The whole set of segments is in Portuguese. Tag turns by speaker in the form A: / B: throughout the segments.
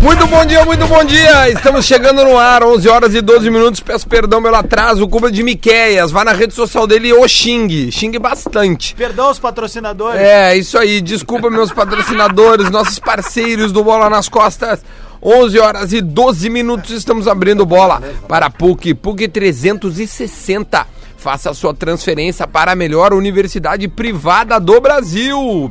A: Muito bom dia, muito bom dia! Estamos chegando no ar, 11 horas e 12 minutos. Peço perdão pelo atraso. Cuba de Miqueias. Vá na rede social dele ou xingue. Xingue bastante.
B: Perdão os patrocinadores.
A: É, isso aí. Desculpa meus patrocinadores, nossos parceiros do Bola nas Costas. 11 horas e 12 minutos estamos abrindo bola para a PUC, PUC 360. Faça a sua transferência para a melhor universidade privada do Brasil.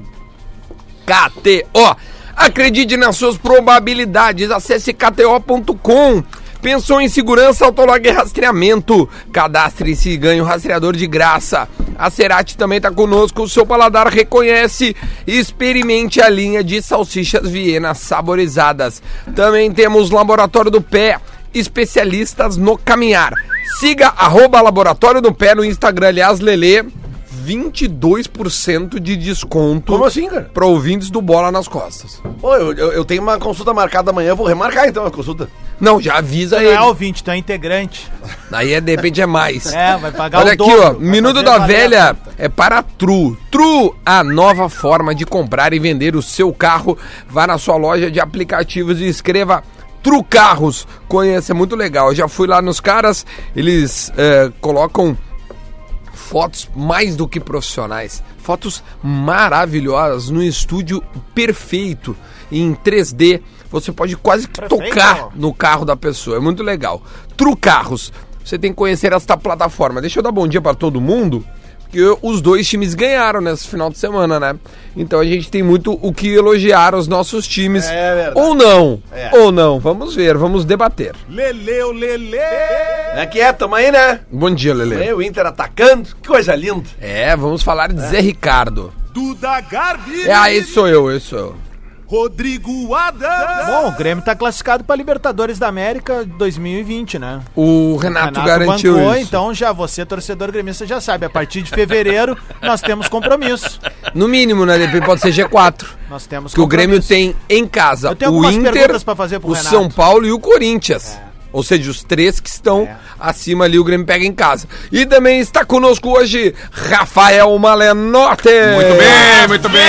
A: KTO. Acredite nas suas probabilidades. Acesse kto.com. Pensou em segurança, autolog e rastreamento. Cadastre-se e ganhe o rastreador de graça. A Cerati também está conosco. O seu paladar reconhece. Experimente a linha de salsichas vienas saborizadas. Também temos Laboratório do Pé. Especialistas no caminhar. Siga arroba Laboratório do Pé no Instagram. Aliás, Lelê, 22% de desconto
C: Como assim, cara?
A: para ouvintes do Bola nas Costas.
C: Pô, eu, eu- eu tenho uma consulta marcada amanhã, eu vou remarcar então a consulta.
A: Não, já avisa
B: Não
A: ele.
B: é ouvinte, tu é integrante.
A: Aí é, de repente é mais.
B: É, vai pagar
A: Olha
B: o
A: aqui,
B: dobro.
A: ó.
B: vai
A: Minuto
B: fazer
A: da
B: valer a
A: Velha
B: conta.
A: é para a Tru. Tru, a nova forma de comprar e vender o seu carro. Vá na sua loja de aplicativos e escreva Tru Carros. Conheça, é muito legal. Eu já fui lá nos caras, eles eh, colocam fotos mais do que profissionais, fotos maravilhosas no estúdio perfeito em 3D. Você pode quase que
B: Perfeito.
A: tocar no carro da pessoa. É muito legal. Tru Carros. Você tem que conhecer esta plataforma. Deixa eu dar bom dia para todo mundo. Porque os dois times ganharam nesse final de semana, né? Então a gente tem muito o que elogiar os nossos times.
C: É verdade.
A: ou não.
C: É.
A: Ou não. Vamos ver, vamos debater.
C: Leleu, lele! É que é, tamo aí, né?
A: Bom dia, Lele.
C: Amanhã o Inter atacando, que coisa linda.
A: É, vamos falar de Zé Ricardo.
D: Duda Garbi,
A: É, ah, esse sou eu, esse sou eu.
D: Rodrigo Adams,
B: Bom, o Grêmio tá classificado pra Libertadores da América 2020, né?
A: O Renato,
B: Renato
A: Ah, garantiu
B: bancou,
A: isso.
B: então já você, torcedor gremista, já sabe. A partir de fevereiro, nós temos compromisso.
A: No mínimo, né? DP pode ser G4.
B: Nós temos
A: Que o Grêmio
B: compromisso.
A: tem em casa
B: Eu tenho
A: o
B: algumas
A: Inter,
B: perguntas pra fazer pro
A: o
B: Renato.
A: São Paulo e o Corinthians. Ou seja, os três que estão
B: É.
A: acima ali, o Grêmio pega em casa. E também está conosco hoje Rafael Malenote. Muito
C: É,
D: bem, muito bem.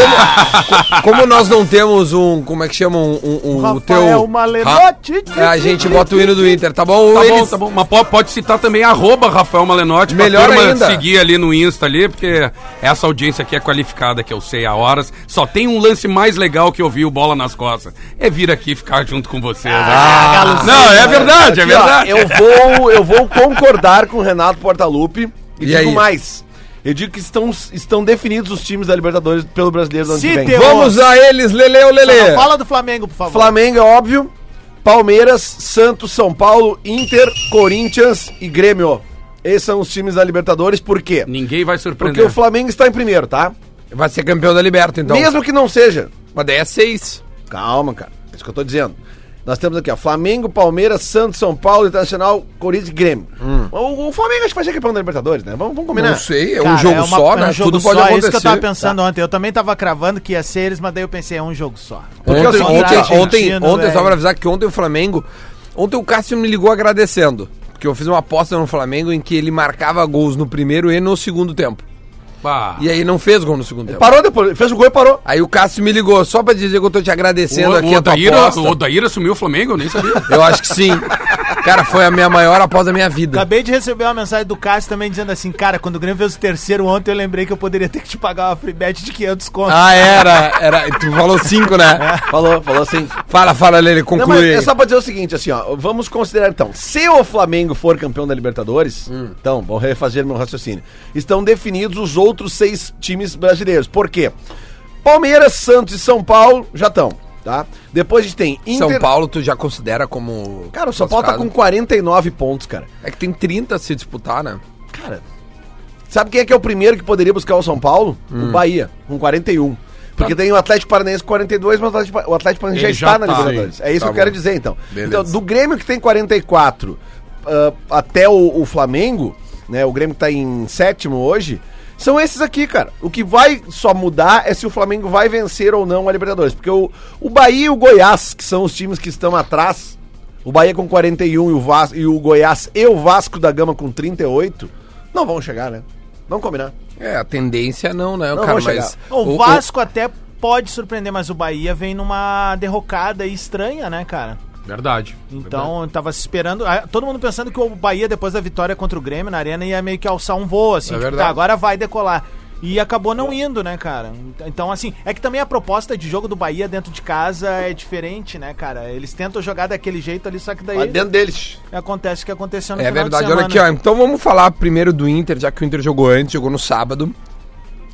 A: Como, como nós não temos um. Como é que chama? Um, um- um- o teu.
B: Rafael é Malenotti.
A: Ra- A gente bota o hino do Inter, tá bom?
E: Tá bom,
A: Eles-
E: tá bom. Mas po- pode citar também arroba Rafael Malenotti
A: Melhor ainda.
E: seguir ali no Insta ali, porque essa audiência aqui é qualificada, que eu sei há horas. Só tem um lance mais legal que eu vi o Bola nas Costas. É vir aqui ficar junto com vocês. né? Não, é verdade, é
C: Ah, Aqui, ó,
E: verdade.
C: eu, vou, eu vou concordar com o Renato Portaluppi e,
A: E
C: digo
A: aí?
C: mais. Eu digo que estão, estão definidos os times da Libertadores pelo brasileiro do ano
B: Se
C: que vem.
B: deu-
A: Vamos a eles, Leleu,
B: Só
A: Lele.
B: não Fala do Flamengo, por favor.
C: Flamengo é óbvio, Palmeiras, Santos, São Paulo, Inter, Corinthians e Grêmio. Esses são os times da Libertadores, por quê?
E: Ninguém vai
C: Porque
E: surpreender.
C: o Flamengo está em primeiro, tá?
A: Vai ser campeão da Liberta, então.
C: Mesmo que não seja.
A: Mas daí é seis.
C: Calma, cara. É isso que eu tô dizendo. Nós temos aqui, ó, Flamengo, Palmeiras, Santos, São Paulo, Internacional, Corinthians e Grêmio. O, o Flamengo acho que vai ser campeão da Libertadores, né? Vamos, vamos combinar.
A: Hum. Não sei, é um
B: Cara,
A: jogo
B: é uma-
A: só,
B: é
A: né?
B: um jogo
A: Tudo
B: só,
A: pode
B: É isso
A: acontecer. Tá.
B: que eu tava pensando ontem. Eu também tava cravando que ia ser eles, mas daí eu pensei, é um jogo só.
A: Ontem,
B: Contra o
A: assim, ontem,
B: Argentino,
A: ontem, ontem só
B: velho.
A: pra avisar que ontem o Flamengo. Ontem o Cássio me ligou agradecendo. Porque eu fiz uma aposta no Flamengo em que ele marcava gols no primeiro e no segundo tempo.
E: Bah.
A: E aí não fez gol no segundo tempo.
C: Parou depois, fez o gol e parou.
A: Aí o Cássio me ligou só pra dizer que eu tô te agradecendo
E: o,
A: aqui
E: o,
A: a tua
E: Odair,
A: aposta.
E: o Odair assumiu o Flamengo, eu nem sabia.
A: Eu acho que sim. Cara, foi a minha maior aposta da minha vida.
B: Acabei de receber uma mensagem do Cássio também dizendo assim, cara, quando o Grêmio fez o terceiro ontem, eu lembrei que eu poderia ter que te pagar uma free bet de 500 conto.
A: Ah, era, era. Tu falou cinco, né?
C: Falou, falou assim.
A: Fala, fala, Lele,
C: Não, mas
A: conclui.
C: é só pra dizer o seguinte, assim, ó. Vamos considerar então. Se o Flamengo for campeão da Libertadores,
A: Hum.
C: então, vou refazer meu raciocínio. Estão definidos os outros seis times brasileiros. Por quê? Palmeiras, Santos e São Paulo já estão, tá? Depois a gente tem Inter.
A: São Paulo tu já considera como...
C: Cara, o São Paulo tá com
A: classificado?
C: 49 pontos, cara.
A: É que tem 30 a se disputar, né?
C: Cara, sabe quem é que é o primeiro que poderia buscar o São Paulo?
E: Hum.
C: O Bahia, com 41. Porque tem o Atlético Paranaense com 42, mas o Atlético, o Atlético Paranaense já,
E: Tá. Ele
C: está na
E: já tá,
C: Libertadores.
E: sim.
C: É isso
A: Tá
C: que eu quero
A: bom.
C: dizer, então.
A: Beleza.
C: Então, do Grêmio que tem 44 ah, até o, o Flamengo, né? O Grêmio que tá em sétimo hoje. São esses aqui, cara. O que vai só mudar é se o Flamengo vai vencer ou não a Libertadores. Porque o, o Bahia e o Goiás, que são os times que estão atrás, o Bahia com 41 e o, Vas, e o Goiás e o Vasco da Gama com 38, não vão chegar, né? Vamos combinar.
A: É, a tendência não, né,
C: Não
A: cara?
C: vou chegar.
A: Mas
B: o Vasco até pode surpreender, mas o Bahia vem numa derrocada aí estranha, né, cara?
E: Verdade.
B: Então, eu tava se esperando. ah, Todo mundo pensando que o Bahia, depois da vitória contra o Grêmio na Arena, ia meio que alçar um voo, assim.
E: É
B: tipo,
E: verdade.
B: tá, agora vai decolar. E acabou não indo, né, cara? Então, assim, é que também a proposta de jogo do Bahia dentro de casa é diferente, né, cara? Eles tentam jogar daquele jeito ali, só que daí
C: Mas dentro deles.
B: acontece o que aconteceu no
A: É
B: final de
A: verdade, olha aqui, ó.
B: semana.
A: Então vamos falar primeiro do Inter, já que o Inter jogou antes, jogou no sábado.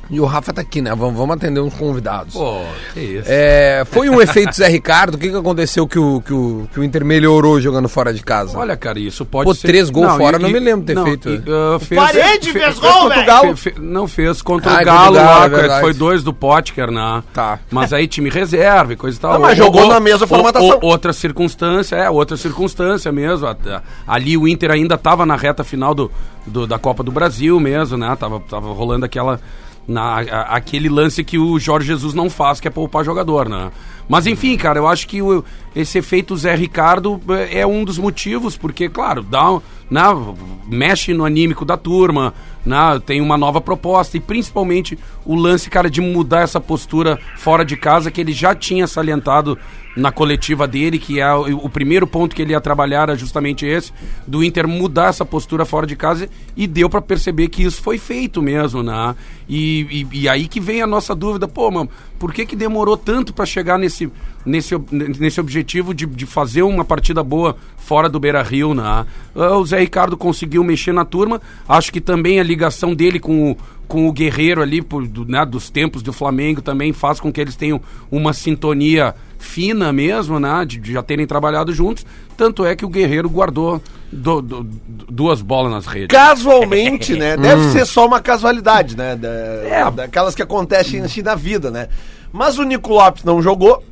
A: E o Rafa tá aqui, né? Vamos, vamos atender uns convidados.
E: Pô, que isso.
A: É, foi um efeito Zé Ricardo? O que, que aconteceu que o, que, o, que o Inter melhorou jogando fora de casa?
E: Olha, cara, isso pode
A: Pô,
E: ser.
A: três gols fora, não me lembro ter feito.
E: e, ah, fez,
B: Parede
E: fe-
B: fez
E: fe-
B: gol,
E: contra o
B: velho!
E: Galo. Fe- fe- não fez contra
A: Ah,
E: o
A: é
E: Galo,
A: contra o Galo, é
E: lá, cara,
A: verdade.
E: foi dois do Potker, né?
A: Tá. Ah,
E: Mas aí time reserva e coisa e tal.
C: Não, mas
E: Ou-
C: jogou
E: ou-
C: na mesma
E: ou-
C: formatação.
E: ou- outra circunstância, é, outra circunstância mesmo. A- a- Ali o Inter ainda estava na reta final do, do- da Copa do Brasil mesmo, né? Tava, tava rolando aquela. Na, a- aquele lance que o Jorge Jesus não faz, que é poupar jogador, né? Mas enfim, cara, eu acho que o- esse efeito Zé Ricardo é é um dos motivos, porque, claro, dá, um- né, mexe no anímico da turma, né, tem uma nova proposta e principalmente o lance, cara, de mudar essa postura fora de casa que ele já tinha salientado na coletiva dele, que é o, o primeiro ponto que ele ia trabalhar era justamente esse, do Inter mudar essa postura fora de casa e deu pra perceber que isso foi feito mesmo, né? E, e- e aí que vem a nossa dúvida, pô, mano, por que que demorou tanto pra chegar nesse, nesse, ob- nesse objetivo de, de fazer uma partida boa fora do Beira-Rio, né? Ah, O Zé Ricardo conseguiu mexer na turma, acho que também a ligação dele com o com o Guerreiro ali, por, do- né, dos tempos do Flamengo também, faz com que eles tenham uma sintonia fina mesmo, né, de, de já terem trabalhado juntos. Tanto é que o Guerreiro guardou do- do- du- duas bolas nas redes.
C: Casualmente, né? Deve
B: Hum.
C: ser só uma casualidade, né? Da,
B: É.
C: Daquelas que acontecem assim na vida, né? Mas o Nico Lopes não jogou,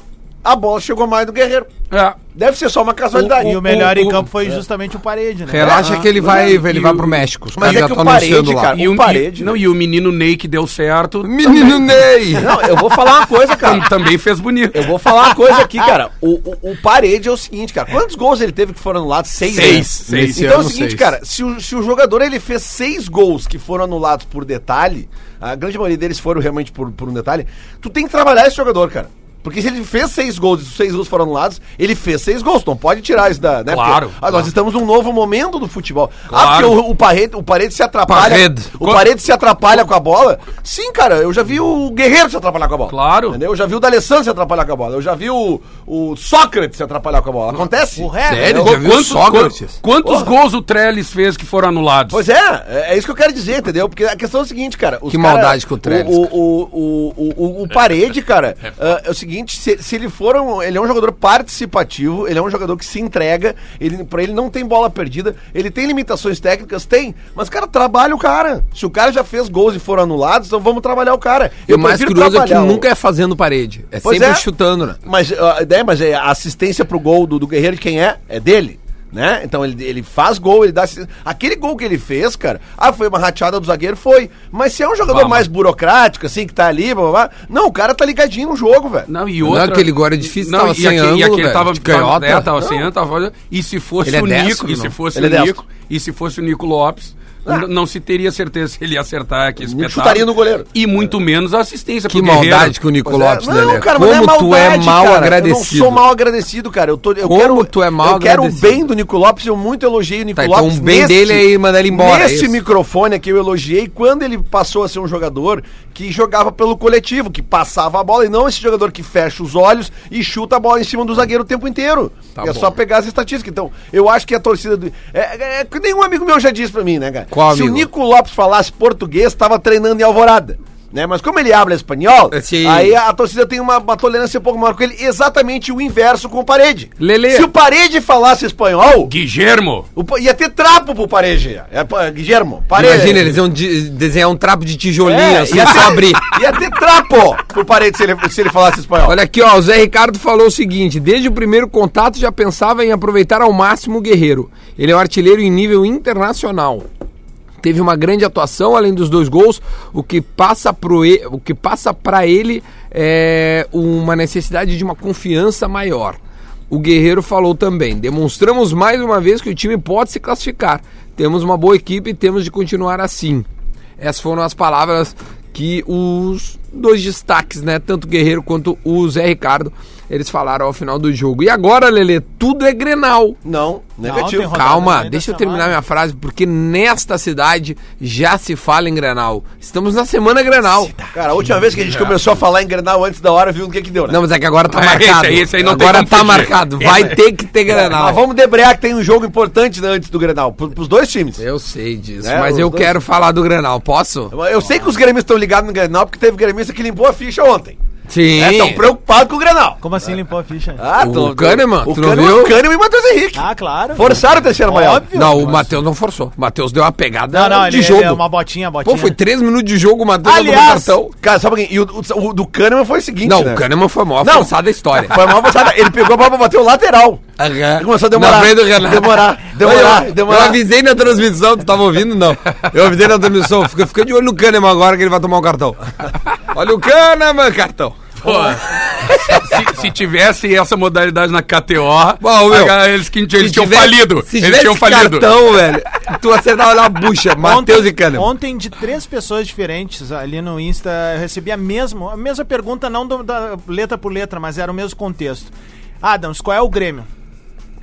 C: a bola chegou mais do Guerreiro.
E: É.
C: Deve ser só uma casualidade.
B: E o melhor
E: o-
B: em
E: o-
B: campo foi justamente o parede,
A: é.
B: né?
A: Relaxa
C: ah,
A: que ele vai,
E: Não,
A: ele
E: e
A: vai
E: o-
A: pro México. Os
C: Mas
A: caras
C: é
A: já
C: que o
A: estão
C: parede,
A: anunciando lá.
C: cara,
E: E
C: o
E: o,
C: parede, né?
E: e, não, e o menino Ney que deu certo
A: Menino Ney!
C: Não, eu vou falar uma coisa, cara.
E: tam- também fez bonito.
C: Eu vou falar uma coisa aqui, cara. O, o, o parede é o seguinte, cara. Quantos gols ele teve que foram anulados? Seis.
E: Seis,
C: né?
E: seis.
C: Então é o
E: Esse ano,
C: seguinte,
E: seis.
C: cara. Se o, se o jogador ele fez seis gols que foram anulados por detalhe, a grande maioria deles foram realmente por, por um detalhe, tu tem que trabalhar esse jogador, cara. Porque se ele fez seis gols e os seis gols foram anulados, ele fez seis gols. Não pode tirar isso da. Né?
E: Claro,
C: Porque, ah,
E: claro.
C: Nós estamos num novo momento do futebol. Ah,
E: Claro.
C: porque o, o, parede, o parede se atrapalha.
A: Parede.
C: O parede se atrapalha com a bola. Sim, cara. Eu já vi o Guerreiro se atrapalhar com a bola.
E: Claro.
C: Entendeu? Eu já vi o D'Alessandro se atrapalhar com a bola. Eu já vi o, o Sócrates se atrapalhar com a bola. Acontece?
B: O né? resto.
A: Sério?
E: Qu-
A: Já viu o
E: quantos
A: Sócrates?
E: qu- quantos gols o Trellis fez que foram anulados?
C: Pois é, é- é isso que eu quero dizer, entendeu? Porque a questão é o seguinte, cara. os
A: Que
C: cara-
A: maldade com o Trellis,
C: O, o, o, o, o- o Parede, cara, ah, é o seguinte: se, se ele for um. Ele é um jogador participativo, ele é um jogador que se entrega, ele, pra ele não tem bola perdida, ele tem limitações técnicas, tem, mas, cara, trabalha o cara. Se o cara já fez gols e foram anulados, então vamos trabalhar o cara.
A: E o mais
C: prefiro
A: curioso é que
C: trabalhar o-
A: nunca é fazendo parede. É
C: Pois
A: sempre
C: é.
A: chutando, né?
C: Mas, ah, né, mas é, a assistência pro gol do, do Guerreiro, de quem é? É dele. Né? Então ele, ele faz gol, ele dá assistência. Aquele gol que ele fez, cara, ah, foi uma rateada do zagueiro, foi. Mas se é um jogador
E: Vamos.
C: mais burocrático, assim, que tá ali, blá, blá, blá, não, o cara tá ligadinho no jogo, velho.
E: Não, e
A: Não,
E: outra...
A: aquele agora é difícil,
E: não,
A: tava
E: e
A: sem
E: aquele,
A: ângulo,
E: e aquele
A: velho,
E: tava,
A: de canhota.
E: tava, é, tava sem
A: Não.
E: ângulo, tava... E se fosse
A: Ele é
E: o
A: destro,
E: Nico, e
A: não?
E: se fosse
C: Ele é
E: o
C: destro.
E: Nico, e se fosse o Nico Lopes, n- não se teria certeza se ele ia acertar aqui esse
C: Ah. chutaria no goleiro.
E: E muito menos a assistência
A: Que
E: pro Guerreiro.
A: maldade com o Nico
C: Pois é.
A: Lopes, né, Lelé?
C: mas
A: Como tu é mal
C: cara.
A: agradecido.
C: Eu não sou mal agradecido, cara. Eu, tô, eu
A: Como
C: quero,
A: tu é mal
C: eu quero o
A: agradecido.
C: bem do Nico Lopes, eu muito elogiei o Nico
A: Tá, então
C: Lopes.
A: o bem dele é ir mandar ele embora, é
C: Neste
A: isso?
C: microfone aqui eu elogiei quando ele passou a ser um jogador que jogava pelo coletivo, que passava a bola e não esse jogador que fecha os olhos e chuta a bola em cima do zagueiro o tempo inteiro.
A: Tá
C: é
A: bom.
C: só pegar as estatísticas. Então, eu acho que a torcida do. É, é, que nenhum amigo meu já disse pra mim, né, cara?
A: Qual
C: Se o
A: amigo?
C: Nico Lopes falasse português, tava treinando em Alvorada. Né? Mas como ele habla espanhol,
A: Sim.
C: aí a torcida tem uma, uma tolerância um pouco maior com ele, exatamente o inverso com o Parede.
A: Lelê.
C: Se o Parede falasse espanhol,
E: Guilhermo!
C: o pa- ia ter trapo pro Parede. É, pa- Guilhermo, Parede.
A: Imagina, eles iam de- desenhar um trapo de tijolinho,
C: É,
A: assim,
C: ia ter-
A: só abrir.
C: Ia ter trapo pro Parede se ele, se ele falasse espanhol.
A: Olha aqui, ó, o Zé Ricardo falou o seguinte: desde o primeiro contato já pensava em aproveitar ao máximo o Guerreiro. Ele é um artilheiro em nível internacional. Teve uma grande atuação, além dos dois gols, o que passa pro e- o que passa para ele é uma necessidade de uma confiança maior. O Guerreiro falou também: demonstramos mais uma vez que o time pode se classificar. Temos uma boa equipe e temos de continuar assim. Essas foram as palavras que que os dois destaques, né, tanto o Guerreiro quanto o Zé Ricardo, eles falaram ao final do jogo. E agora, Lele, tudo é Grenal.
C: Não, negativo.
B: tem rodada no
A: Calma,
B: meio
A: deixa
B: da
A: eu terminar
B: semana.
A: minha frase, porque nesta cidade já se fala em Grenal. Estamos na semana Grenal.
C: Cara, a última vez que a gente começou a falar em Grenal antes da hora, viu o que que deu, né?
A: Não, mas é que agora tá
E: Ah, esse
A: marcado.
E: aí, esse aí não tem
A: agora
E: como
A: tá
E: fugir.
A: marcado. Vai ter que ter
C: Mas
A: Grenal.
C: vamos debrear que tem um jogo importante né, antes do Grenal, pro- pros dois times.
A: Eu sei disso,
C: É,
A: mas
C: os
A: eu
C: dois-
A: quero falar do Grenal. Posso?
C: Eu, eu sei que os gremistas estão ligados no Grenal, porque teve gremista que limpou a ficha ontem.
A: Sim.
C: Estão preocupados com o Grenal.
B: Como assim limpou a ficha?
C: Ah,
A: O
C: tô-
A: Kahneman,
C: o
A: tu não
C: Kahneman,
A: viu?
C: o Kahneman e o Matheus Henrique.
B: Ah, claro.
C: Forçaram o terceiro maior.
B: Óbvio.
A: Não, o Matheus não forçou. O Matheus deu uma pegada
B: Não, não,
A: de
B: ele,
A: jogo.
B: ele é uma botinha, botinha.
A: Pô, foi três minutos de jogo, o Matheus tomou
B: Aliás,
A: cartão.
C: Cara, sabe quem? E o, o- o do Kahneman foi o seguinte,
A: Não,
C: né?
A: o Kahneman foi a maior
C: Não.
A: forçada da história.
C: Foi mal passada. Ele pegou a bola pra bater o lateral.
A: Aham.
C: Ele começou a demorar.
A: Na frente do Renato.
C: Demorar, demorar,
A: eu,
C: demorar.
A: eu avisei na transmissão, tu tava ouvindo? Não. Eu avisei na transmissão, fica, fica de olho no Kahneman agora que ele vai tomar o cartão. Olha o Kahneman, cartão.
E: Pô, se, se tivesse essa modalidade na KTO,
A: Bom, meu,
E: a- eles, que- eles
A: Se
E: tinham
A: tivesse-
E: falido.
A: Se
E: eles
A: tivesse
E: tinham falido.
A: cartão, velho, tu acertava na bucha, Matheus e Kahneman.
B: Ontem, de três pessoas diferentes ali no Insta, eu recebi a mesma, a mesma pergunta, não do- da letra por letra, mas era o mesmo contexto. Adams, qual é o Grêmio?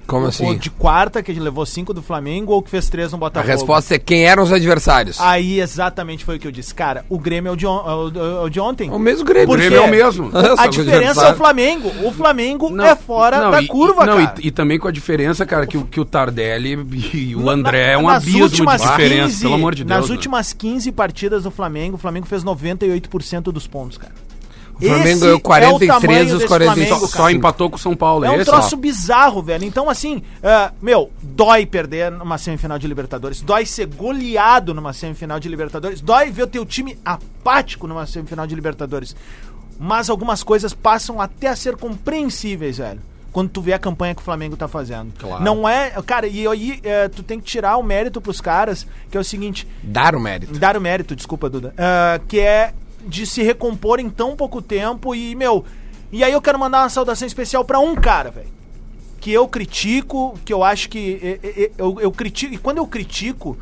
A: Como
B: O
A: assim?
B: de quarta, que levou cinco do Flamengo, ou que fez três no
A: A
B: Botafogo?
A: resposta é quem eram os adversários.
B: Aí exatamente foi o que eu disse. Cara, o Grêmio é o de, on- é o de- é o de ontem.
A: É o mesmo Grêmio.
E: O
B: Por
E: Grêmio é
B: quê?
E: o mesmo.
A: Ah, só
B: A
A: que o
B: diferença é o
A: adversário-
B: Flamengo. O Flamengo
E: Não,
B: é fora
E: não,
B: da
E: e-
B: curva,
E: não,
B: cara.
E: E, e também com a diferença, cara, que, o- que o Tardelli e o
B: Na-
E: André é um
B: nas
E: abismo de
B: últimas
E: diferença,
B: 15
E: pelo amor de Deus.
B: Nas
E: né?
B: últimas 15 partidas do Flamengo, o Flamengo fez 98% dos pontos, cara. é O
A: Flamengo ganhou 43 dos 45.
E: Só, só empatou com o São Paulo,
B: É um
E: esse?
B: troço bizarro, velho. Então, assim, ah, meu, dói perder numa semifinal de Libertadores, dói ser goleado numa semifinal de Libertadores, dói ver o teu time apático numa semifinal de Libertadores. Mas algumas coisas passam até a ser compreensíveis, velho. Quando tu vê a campanha que o Flamengo tá fazendo.
E: Claro.
B: Não é. Cara, e aí eh, tu tem que tirar o mérito pros caras, que é o seguinte:
A: Dar o mérito.
B: Dar o mérito, desculpa, Duda. Ah, que é de se recompor em tão pouco tempo e, meu. E aí eu quero mandar uma saudação especial pra um cara, velho. Que eu critico, que eu acho que. eh, eh, eh, Eu, eu critico. E quando eu critico,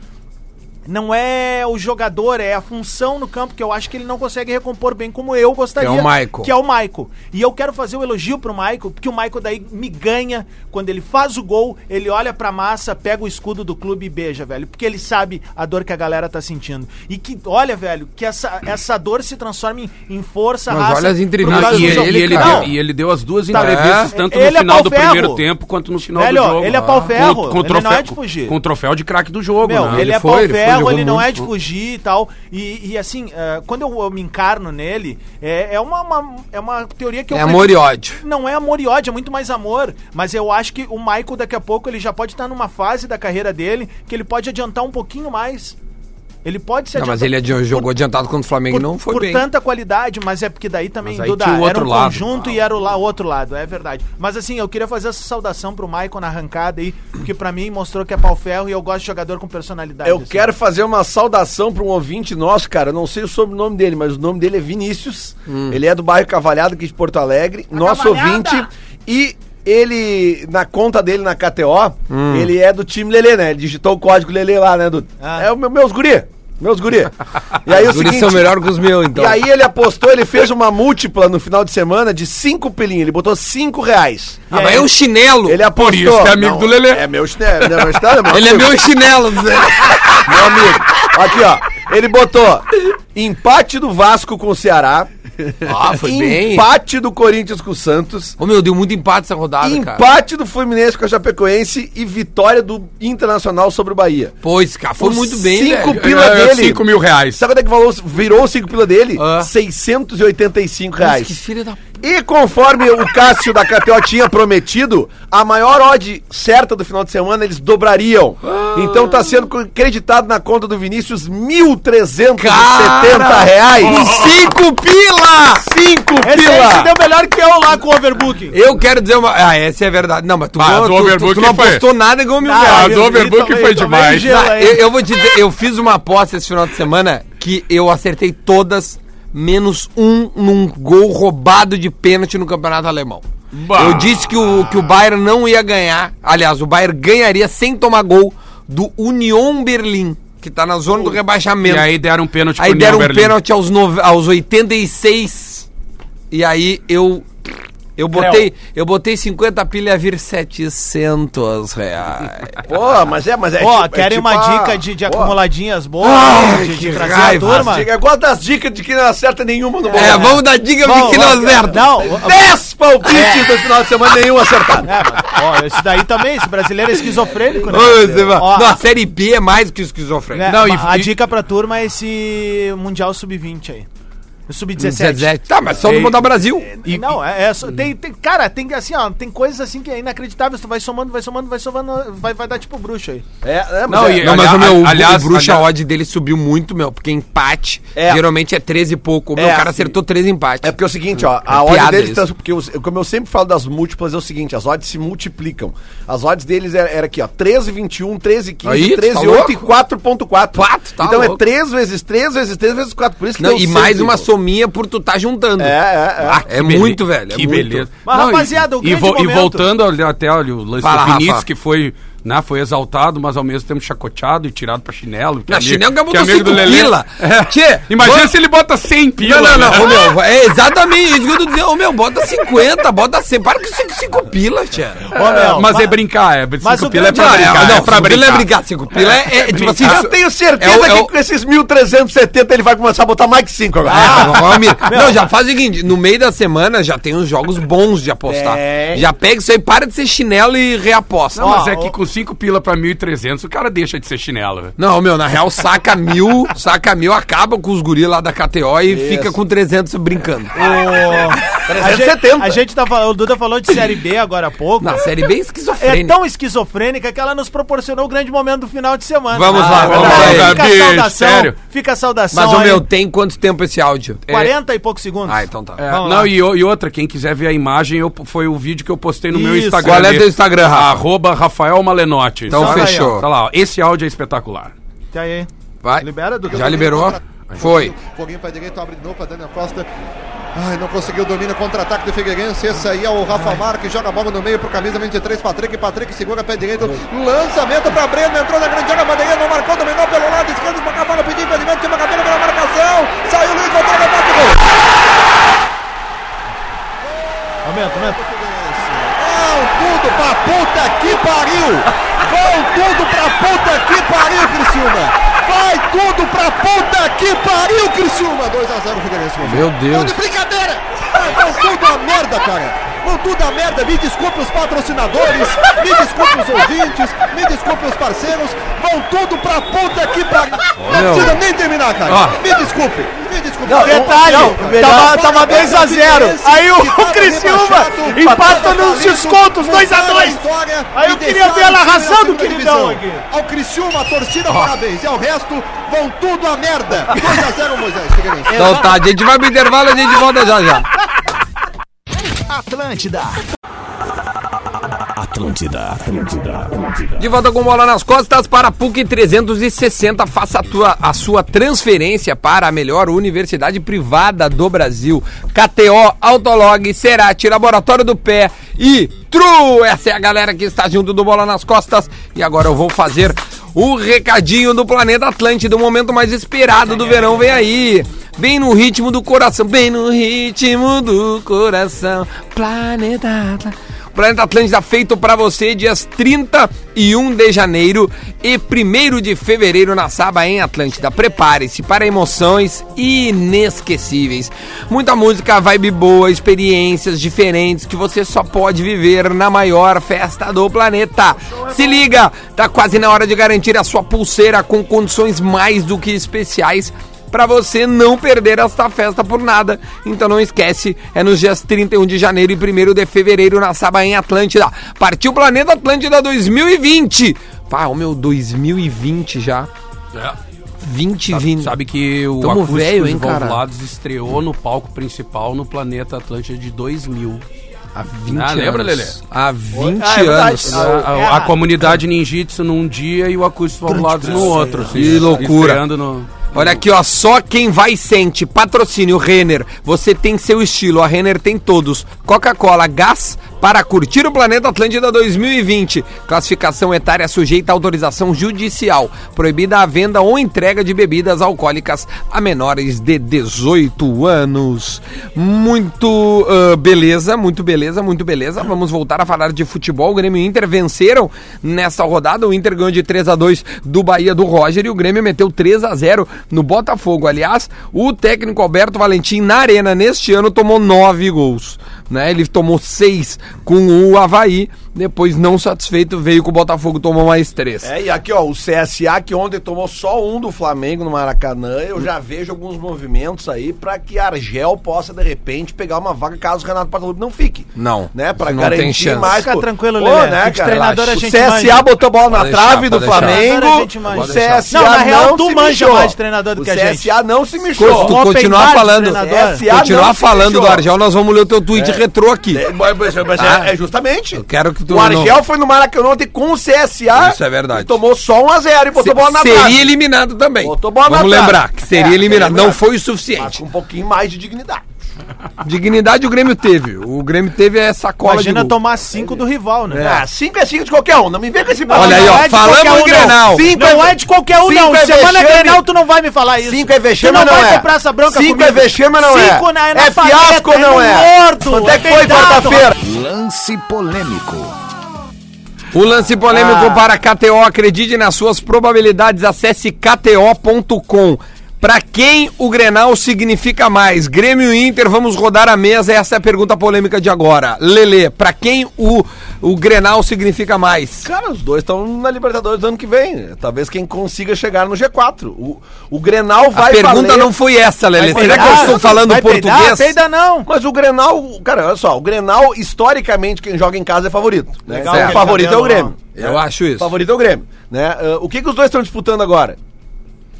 B: não é o jogador, é a função no campo que eu acho que ele não consegue recompor bem como eu gostaria.
A: Que é o Maico.
B: Que é o Maico. E eu quero fazer o elogio pro Maico, porque o Maico daí me ganha quando ele faz o gol, ele olha pra massa, pega o escudo do clube e beija, velho, porque ele sabe a dor que a galera tá sentindo. E que olha, velho, que essa, essa dor se transforma em, em força,
A: Mas olha as entrevistas
B: por causa
E: Não,
B: do
E: e,
B: jogo.
E: ele, e ele
B: Não,
E: deu, e ele deu as duas
B: Tá.
E: entrevistas,
B: É.
E: tanto
B: Ele
E: no
B: é
E: final do
B: pau-ferro.
E: primeiro tempo quanto no final
B: Velho,
E: do jogo.
B: ele é
E: Ah.
B: pau-ferro,
E: Com, com
B: ele
E: troféu,
B: não é de fugir.
E: Com o troféu de craque do jogo,
B: Meu,
E: né?
B: ele, é
A: Ele foi,
B: pau
A: ele foi,
B: ferro,
A: jogou
B: ele não
A: muito.
B: é de fugir e tal. E, e assim, ah, quando eu, eu me encarno nele, é, é, uma, uma- é uma teoria que eu.
A: É amor e ódio.
B: Não é amor e ódio, é muito mais amor. Mas eu acho que o Michael, daqui a pouco, ele já pode estar numa fase da carreira dele que ele pode adiantar um pouquinho mais. Ele pode se
A: Não, mas ele adi- jogou adiantado contra o Flamengo e
B: por,
A: não foi
B: por
A: bem.
B: tanta qualidade, mas é porque daí também,
E: Mas aí tinha o
B: era
E: outro
B: um
E: lado.
B: conjunto e era o la- outro lado, é verdade. Mas assim, eu queria fazer essa saudação pro Maicon na arrancada aí, porque pra mim mostrou que é pau ferro e eu gosto de jogador com personalidade.
C: Eu
B: assim.
C: quero
A: né?
C: fazer uma saudação para um ouvinte nosso, cara. Eu não sei o sobrenome dele, mas o nome dele é Vinícius.
A: Hum.
C: Ele é do bairro Cavalhado aqui de Porto Alegre, nosso
B: Cavalhada!
C: ouvinte. E ele, na conta dele na KTO,
A: Hum.
C: ele é do time Lelê, né? Ele digitou o código Lelê lá, né? Dudu?
B: Ah.
C: É o meu, meus guri. Meus guri. E aí, é o
A: Os guris
C: seguinte,
A: são melhor que os meus,
C: e
A: então.
C: aí ele apostou, ele fez uma múltipla no final de semana de cinco pelinhos. Ele botou cinco reais.
A: ah, mas é um chinelo.
C: Ele apostou.
E: isso que é amigo
C: Não,
E: do Lelê.
C: É meu chinelo, né? Meu chinelo, meu
A: Ele é
C: amigo.
A: meu chinelo, Zé.
C: Meu amigo, aqui ó, ele botou empate do Vasco com o Ceará,
A: Ah, foi bem.
C: empate do Corinthians com o Santos,
A: Ô, meu, deu muito empate essa rodada, cara.
C: empate do Fluminense com a Chapecoense e vitória do Internacional sobre o Bahia.
A: Pois, cara, foi
C: Os
A: muito bem,
C: cinco
A: velho.
C: pila
E: É,
C: dele.
E: cinco mil reais.
C: Sabe quanto é que valor, virou o 5 pila dele?
A: Ah.
C: 685
A: Mas que
C: reais.
A: filha da... p-
C: E conforme o Cássio da KTO tinha prometido, a maior odd certa do final de semana eles dobrariam.
A: Ah.
C: Então tá sendo creditado na conta do Vinícius 1.370
A: Cara!
C: reais.
A: Cinco pila!
C: Cinco
B: Esse aí se
C: pila!
B: deu melhor que eu lá com o overbooking.
A: Eu quero dizer uma... Ah, essa é a verdade. Não, mas tu, ganhou-
E: Ah, do
A: tu- tu-
E: overbook
A: tu não
E: foi-
A: apostou nada e ganhou mil
B: Ah,
A: reais.
E: a do
B: eu-
E: overbook
B: eu tomei
E: foi demais.
B: gelo
A: Ah,
B: aí.
A: eu, eu vou te dizer, eu fiz uma aposta esse final de semana que eu acertei todas, menos um num gol roubado de pênalti no campeonato alemão.
E: Bah.
A: Eu disse que o, que o Bayern não ia ganhar, aliás, o Bayern ganharia sem tomar gol do Union Berlim. que tá na zona do rebaixamento.
E: E aí deram um pênalti
A: Aí
E: pro
A: deram um
E: Union Berlim.
A: pênalti aos, nove- aos 86. E aí eu. Eu botei, eu botei 50 pilha ia vir 700 reais.
C: Pô, mas é, mas é.
B: Ó,
C: tipo- é
B: querem
C: tipo
B: uma
C: a-
B: dica de, de
C: Ó,
B: acumuladinhas boas,
A: Ai,
B: de, de
A: que
B: trazer
A: raiva.
B: a turma?
C: Diga, eu gosto das dicas de que não acerta nenhuma no bolão.
A: É, vamos dar dica de
B: Vamos,
A: que não é
B: vamos,
A: acerta.
B: não,
C: Dez palpites no final de semana, nenhum acertado.
B: É, mano, ó, esse daí também, esse brasileiro é esquizofrênico, né?
A: Ô, Zé, mano,
B: Ó,
A: não, a Série B é mais do que esquizofrenia.
B: né,
E: Não, e-
B: a
E: e-
B: dica pra turma é esse Mundial Sub-20 aí. O Sub-17.
A: 17. Tá, mas só no
E: Ei.
A: Mundial Brasil.
B: não, é, é só- tem, tem- cara, tem assim, ó, tem coisas assim que é inacreditável, tu vai somando, vai somando, vai somando, vai, vai dar tipo bruxo aí.
C: É, é, mas
E: Não,
C: é-
E: e-
A: Não, mas
E: aliás-
A: o meu, o-
E: aliás-
A: o bruxa
E: aliás-
A: odd dele subiu muito, meu, porque empate
C: É.
A: geralmente é 13 e pouco. O meu
C: É,
A: cara
C: assim,
A: acertou 13 empates.
C: É porque é o seguinte, ó,
A: É
C: a odd
A: piada
C: deles,
A: isso.
C: tá- porque os- como eu sempre falo das múltiplas, é o seguinte, as odds se multiplicam. As odds deles era, era aqui, ó, 13, 21, 13, 15,
A: Aí, tu
C: 13,
A: tá
C: 8 e
A: louco?
C: 4.4.
A: Quatro, tá
C: então é
A: louco.
C: 3 vezes 3 vezes 3 vezes 4, por isso que
A: Não,
C: deu
A: e
C: cento um.
A: mais uma
C: pô.
A: sominha por tu tá juntando.
C: É, é, é.
A: Ah, é
E: bele-
A: muito, velho. é
E: Que
A: muito.
E: beleza.
B: Mas,
E: e-
B: rapaziada, o
E: e,
B: grande
E: vo- e
B: momento-
E: voltando ali até olha, o lance
A: Fala,
E: do Vinícius,
A: Rafa.
E: que foi, né, foi exaltado, mas ao mesmo tempo chacoteado e tirado pra chinelo. Que
A: Na
E: amigo-
A: chinelo que eu
E: que é
A: botou
E: amigo do
A: 5
E: Lelê. É.
A: pila. Tchê,
E: Imagina
A: bota-
E: se ele bota 100 pila.
A: Não, não, não,
E: né?
A: ô, meu, é exatamente isso que eu tô dizendo. Ô, meu, bota 50, bota 100. Para com 5, 5 pila, tchê.
B: Ô, meu,
E: mas
B: ma-
E: é brincar, é. 5
B: o
E: pila é
B: grande-
E: pra brincar.
A: não,
E: é pra
A: cinco pila
E: brincar.
A: é brincar, 5 pila é, é, tipo assim...
C: Eu
A: isso-
C: tenho certeza
A: é o- é
C: que
A: o-
C: com esses 1.370 ele vai começar a botar mais que 5 agora.
A: Ah, Valmir, não, já faz o seguinte, no meio da semana já tem uns jogos bons de apostar.
C: É.
A: Já pega isso aí, para de ser chinelo e reaposta.
E: Não, mas é
B: Ó,
E: que
B: ó.
E: com 5 pila pra 1.300 o cara deixa de ser chinelo. velho.
A: Não, meu, na real, saca mil, saca mil, acaba com os guris lá da KTO e fica com 300 brincando.
B: a, gente,
C: 370.
B: a gente tá falando, o Duda falou de Série B agora há pouco.
A: Na série bem
B: é
A: esquizofrênica.
B: tão esquizofrênica que ela nos proporcionou o grande momento do final de semana.
A: Vamos lá,
B: é
A: vamos
B: verdade.
A: lá,
B: Fica
E: Gabi,
B: a saudação,
E: sério.
B: fica a saudação.
A: Mas, ô,
B: aí,
A: meu, tem quanto tempo esse áudio? É.
B: 40 e poucos segundos.
A: Ah, então tá.
E: É,
B: Vamos
E: não,
B: lá.
E: e, o- e outra, quem quiser ver a imagem, eu- foi o vídeo que eu postei no meu
B: Isso.
E: Instagram.
A: Qual é
E: ali.
A: teu Instagram, Rafa?
E: Arroba Rafael Malenotti.
A: Então
E: Tá lá.
A: fechou.
E: Tá lá, ó. esse áudio é espetacular.
B: Tá aí.
A: Vai.
B: Libera, Dudu.
A: Já liberou? Foi.
F: Foguinho para direita, abre de novo para Daniel Costa. Ai, não conseguiu o domínio, contra-ataque do Figueirense. Esse aí é o Rafa Marques, joga a bola no meio pro camisa 23, Patrick. Patrick segura pé direito, lançamento para Breno, entrou na grande área, Bandeirinha não marcou, dominou pelo lado esquerdo, para a bola pediu impedimento, tinha uma cabela pela marcação. Saiu o Luiz, voltou, bate gol.
B: Aumenta, aumenta.
F: Vão tudo pra puta que pariu! Vão tudo pra puta que pariu, Criciúma! Vai tudo pra puta que pariu, Criciúma! 2x0 Figueirense, meu
A: Meu Deus.
F: Não, de brincadeira! Ah, Vão tudo a merda, cara! Vão tudo a merda! Me desculpe os patrocinadores, me desculpe os ouvintes, me desculpe os parceiros, vão tudo pra puta que pariu!
A: meu.
F: Não precisa nem terminar, cara!
A: Ó.
F: Me desculpe! Me desculpe! assim,
B: Detalhe, tava, tava 2x0. Aí o Criciúma empata nos descontos, 2x2. Aí eu queria ver ela arrasando o queridão aqui.
F: Ao Criciúma, a torcida, parabéns. E ao resto, vão tudo a merda. 2x0, Moisés. Figueirense.
A: Então tá, a gente vai pro intervalo, a gente volta já já.
G: Atlântida, Atlântida, Atlântida.
A: De volta com bola nas costas para a PUC 360. Faça a, tua, a sua transferência para a melhor universidade privada do Brasil. KTO, Autolog, Serati, Laboratório do Pé e True. Essa é a galera que está junto do Bola nas Costas. E agora eu vou fazer o recadinho do Planeta Atlântida, o momento mais esperado do verão. Vem aí. Bem no ritmo do coração, bem no ritmo do coração. Planeta Atlântida. Planeta Atlântida feito pra você dias 31 de janeiro e 1 de fevereiro na Saba em Atlântida. Prepare-se para emoções inesquecíveis. Muita música, vibe boa, experiências diferentes que você só pode viver na maior festa do planeta. Se liga, tá quase na hora de garantir a sua pulseira com condições mais do que especiais para você não perder esta festa por nada. Então não esquece, é nos dias 31 de janeiro e 1 de fevereiro na Saba em Atlântida. Partiu Planeta Atlântida 2020. Pá, o meu 2020 já.
E: É.
A: 2020.
E: Sabe que o
A: Tamo
E: Acústicos
A: velho, hein,
E: e
A: cara?
E: Valvulados estreou no palco principal no Planeta Atlântida de 2000.
A: Há 20
E: Ah,
A: anos.
E: lembra, Lelê?
A: Há 20
B: Ah, é verdade.
A: anos.
E: A,
C: é
E: a- a comunidade Ninjitsu num dia e o Acústicos Valvulados no outro. assim,
A: Que loucura.
E: estreando no-
A: Olha aqui, ó, só quem vai sente. Patrocínio Renner. Você tem seu estilo, a Renner tem todos. Coca-Cola, gás, para curtir o Planeta Atlântida 2020. Classificação etária sujeita a autorização judicial. Proibida a venda ou entrega de bebidas alcoólicas a menores de 18 anos. Muito ah, beleza, muito beleza, muito beleza. Vamos voltar a falar de futebol. O Grêmio e o Inter venceram nessa rodada. O Inter ganhou de 3 a 2 do Bahia do Roger e o Grêmio meteu 3 a 0 no Botafogo. Aliás, o técnico Alberto Valentim na Arena neste ano tomou 9 gols, né? Ele tomou 6 com o Havaí, depois não satisfeito veio com o Botafogo tomou mais 3.
C: É, e aqui, ó, o CSA que ontem tomou só um do Flamengo no Maracanã, eu já vejo alguns movimentos aí pra que Argel possa, de repente, pegar uma vaga caso o Renato Portaluppi não fique.
A: Não,
C: Né, pra
A: não tem
C: garantir
A: chance.
C: mais.
B: Fica
C: pô.
B: tranquilo,
C: Pô,
B: Lelé,
C: né,
B: que
C: cara?
B: treinador a
C: o
B: gente
C: CSA
B: manja.
C: botou a bola na
A: Pode deixar,
C: trave do
A: pode deixar.
B: Treinador a
C: Flamengo,
B: gente manja.
C: o
B: Pode deixar.
C: CSA
B: Não, na real,
C: não
B: tu
C: se
B: manja
C: mijou.
B: mais de treinador do
C: O
B: que a gente.
C: CSA não se
A: Se
C: mijou.
A: tu
B: Open bar
A: continuar
B: de
A: falando,
B: treinador.
A: Se continuar
C: Ah, não se
A: falando do
C: mijou.
A: Argel, nós vamos ler o teu tweet retrô aqui.
C: É, mas- mas- mas
A: Ah.
C: é- é justamente.
A: Eu quero que tu
C: O Argel
A: não-
C: foi no Maracanã ontem com o CSA.
A: Isso é verdade.
C: E tomou só 1x0 e botou
A: Se-
C: bola na
A: seria
C: trave.
A: eliminado também.
C: Botou bola na
A: Vamos
C: trave.
A: lembrar que seria
C: É,
A: eliminado.
C: seria
A: Não
C: eliminado.
A: foi o
C: Mas
A: suficiente.
C: com um pouquinho mais de dignidade.
A: Dignidade o Grêmio teve. O Grêmio teve é sacola de
B: Imagina
A: gol.
B: tomar cinco do rival, né?
C: Ah, 5 é 5 de qualquer um. Não me vem com esse
A: Olha aí, ó,
B: é de
A: falamos
B: qualquer
A: em Grenal.
B: Não,
C: um, Cinco
B: não
C: é-
B: é de qualquer um,
C: cinco
B: não.
C: é
B: Semana
C: vexame.
B: Grenal, tu não vai me falar isso.
C: 5 é vexame,
B: Tu não,
C: não,
B: vai
C: é.
B: comprar essa bronca
C: 5 é vexame, não é.
B: Cinco na, na
C: é
B: paleta,
C: fiasco,
B: é
C: não
B: no
C: é.
B: Morto,
C: Quanto é que foi
B: peidado.
C: quarta-feira?
G: Lance polêmico.
A: O lance
C: Ah.
A: polêmico para KTO. Acredite nas suas probabilidades. Acesse kto.com. Pra quem o Grenal significa mais? Grêmio e Inter, vamos rodar a mesa. Essa é a pergunta polêmica de agora. Lele, pra quem o, o Grenal significa mais?
C: Cara, os dois estão na Libertadores do ano que vem. Talvez quem consiga chegar no G4. O, o Grenal
A: A
C: vai
A: pergunta
C: valer-
A: não foi essa, Lele.
C: Vai
A: Será que eu
C: peidar?
A: estou falando
B: Vai peidar?
A: português?
B: Peida não.
C: Mas o Grenal, cara, olha só, o Grenal, historicamente, quem joga em casa é favorito. né?
B: Legal,
C: Então,
A: aquele
C: o favorito é o
B: cabelo,
C: Grêmio.
A: tá Eu acho
C: O
A: isso.
C: favorito é o Grêmio. Né? Ah, o que, que os dois estão disputando agora?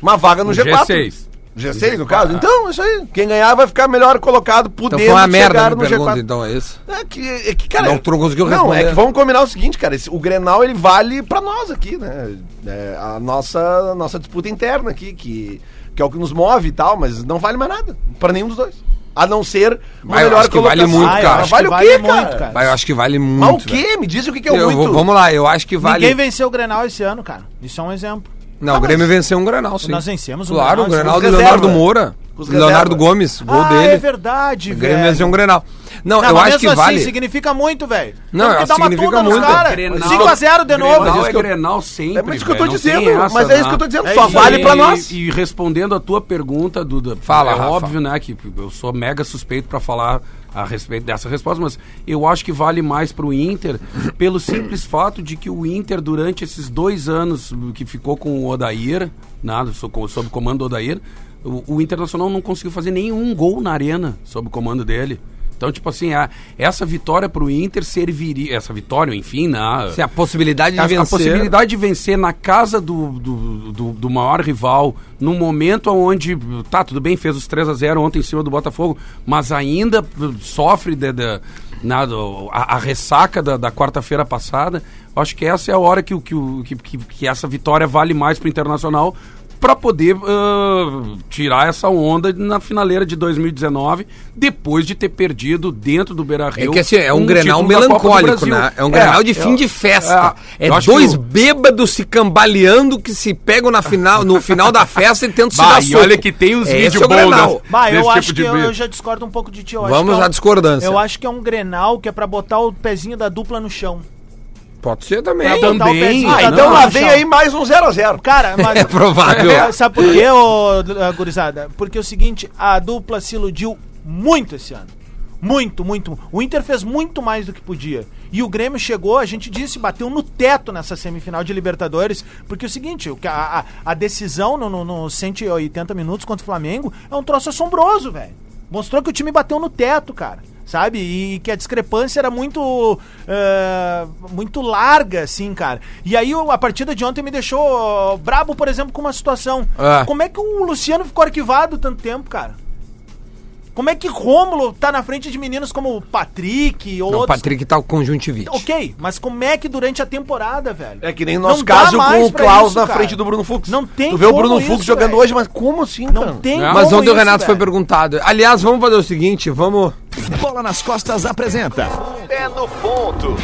C: Uma vaga no G4.
E: G6.
C: G6, no caso? Então, isso aí. Quem ganhar vai ficar melhor colocado, podendo
A: Então foi uma merda a
C: chegar
A: minha
C: no
A: pergunta,
C: G4.
A: então é isso.
C: É que, é que, cara.
A: Não, tu não conseguiu
C: Não,
A: responder.
C: é que vamos combinar o seguinte, cara. esse- o Grenal ele vale pra nós aqui, né? É, a nossa, a nossa disputa interna aqui, que, que é o que nos move e tal, mas não vale mais nada pra nenhum dos dois. A não ser uma
A: Mas eu acho que vale muito,
B: Ah, eu
A: cara.
B: acho
C: vale
B: que
C: o
B: vale
C: quê,
B: muito,
C: cara?
B: cara.
A: Mas eu acho que vale muito.
C: Mas o
A: velho.
C: quê? Me diz o que, que é o
A: Eu
C: muito.
A: vou- vamos lá, eu acho que vale.
B: Ninguém venceu o Grenal esse ano, cara. Isso é um exemplo.
A: Não,
B: Ah,
A: o Grêmio
B: mas-
A: venceu um Granal, sim.
B: Nós vencemos
A: um Claro, o Granal
B: Grenal.
A: do
C: reserva.
A: Leonardo Moura.
C: Os reserva.
A: Leonardo Gomes, gol
B: ah,
A: dele.
B: é verdade,
A: o
B: velho.
A: Grêmio venceu um Granal. Não,
B: Não,
A: eu
B: mas
A: acho
B: mesmo
A: que
B: assim,
A: vale.
B: significa muito, velho.
A: Não,
B: Temos que dar uma
A: significa
B: tunda nos
A: muito.
B: caras.
E: Grenal-
B: 5x0 de
E: Grenal
B: novo.
E: é Grenal sempre.
C: É por isso que eu tô
E: velho, não tem
C: dizendo,
E: essa,
C: mas é isso
E: né?
C: que eu tô dizendo.
B: É
C: só
B: isso
C: vale
E: E-
C: pra nós.
E: E respondendo a tua pergunta, Duda,
A: Fala,
E: é
A: Rafa.
E: óbvio, né, que eu sou mega suspeito pra falar a respeito dessa resposta, mas eu acho que vale mais pro Inter pelo simples fato de que o Inter, durante esses dois anos que ficou com o Odair, né, so- com- sob o comando do Odair, o, o Internacional não conseguiu fazer nenhum gol na arena sob o comando dele. Então, tipo assim, a- essa vitória pro Inter serviria. Essa vitória, enfim, né, na.
A: Se a possibilidade de
E: A- a,
A: vencer.
E: possibilidade de vencer na casa do, do, do, do maior rival, num momento onde, tá, tudo bem, fez os 3 a 0 ontem em cima do Botafogo, mas ainda uh, sofre de, de- na- do- a, a ressaca da, da quarta-feira passada. Eu Acho que essa é a hora que, o- que, o- que, que, que essa vitória vale mais para o Internacional para poder ah, tirar essa onda na finaleira de 2019, depois de ter perdido dentro do Beira-Rio.
A: É que assim, é um,
E: Grenal
A: Grenal melancólico, né? É um Grenal de fim de festa. É, dois bêbados se cambaleando que se pegam na final, no final da festa e tentam
E: Bah,
A: se
E: e
A: dar
E: olha que tem uns
A: Esse
E: vídeos
A: é o
E: bons
A: Grenal.
E: das-
B: Bah, eu
E: desse
B: acho
E: tipo
B: que
E: de
B: eu,
E: briga.
B: eu já discordo um pouco de ti. eu acho
A: Vamos
B: que é um-
A: à discordância.
B: Eu acho que é um Grenal que é pra botar o pezinho da dupla no chão.
A: Pode ser também.
B: Pra botar o
E: também.
B: pezinho
E: Ah,
B: da
E: então
B: dupla
E: lá
B: no chão.
C: mais um 0x0.
B: Cara, mas...
A: É provável.
B: É, Sabe por quê, ô, eh, gurizada? Porque é o seguinte, a dupla se iludiu muito esse ano. Muito, muito. O Inter fez muito mais do que podia. E o Grêmio chegou, a gente disse, bateu no teto nessa semifinal de Libertadores. Porque é o seguinte, o que a, a- a decisão nos no, no 180 minutos contra o Flamengo é um troço assombroso, velho. Mostrou que o time bateu no teto, cara. Sabe? E que a discrepância era muito. eh, muito larga, assim, cara. E aí o- a partida de ontem me deixou brabo, por exemplo, com uma situação.
A: Ah.
B: Como é que o Luciano ficou arquivado tanto tempo, cara? Como é que Rômulo tá na frente de meninos como o Patrick ou
A: Não, o
B: outros?
A: Patrick tá com conjuntivite.
B: Ok, mas como é que durante a temporada, velho?
C: É que nem
B: Não
C: nosso
B: dá
C: caso
B: mais
C: com o
B: pra
C: Klaus
B: isso,
C: na
B: cara.
C: frente do Bruno Fux.
B: Não tem
C: Tu vê o
B: como
C: Bruno
B: isso,
C: Fux jogando
B: velho.
C: hoje, mas como assim, cara?
B: Não tem
A: Mas
B: como
A: ontem o
B: isso,
A: Renato foi
B: velho.
A: perguntado. Aliás, vamos fazer o seguinte, vamos...
G: Bola nas costas apresenta.
H: Pé no ponto.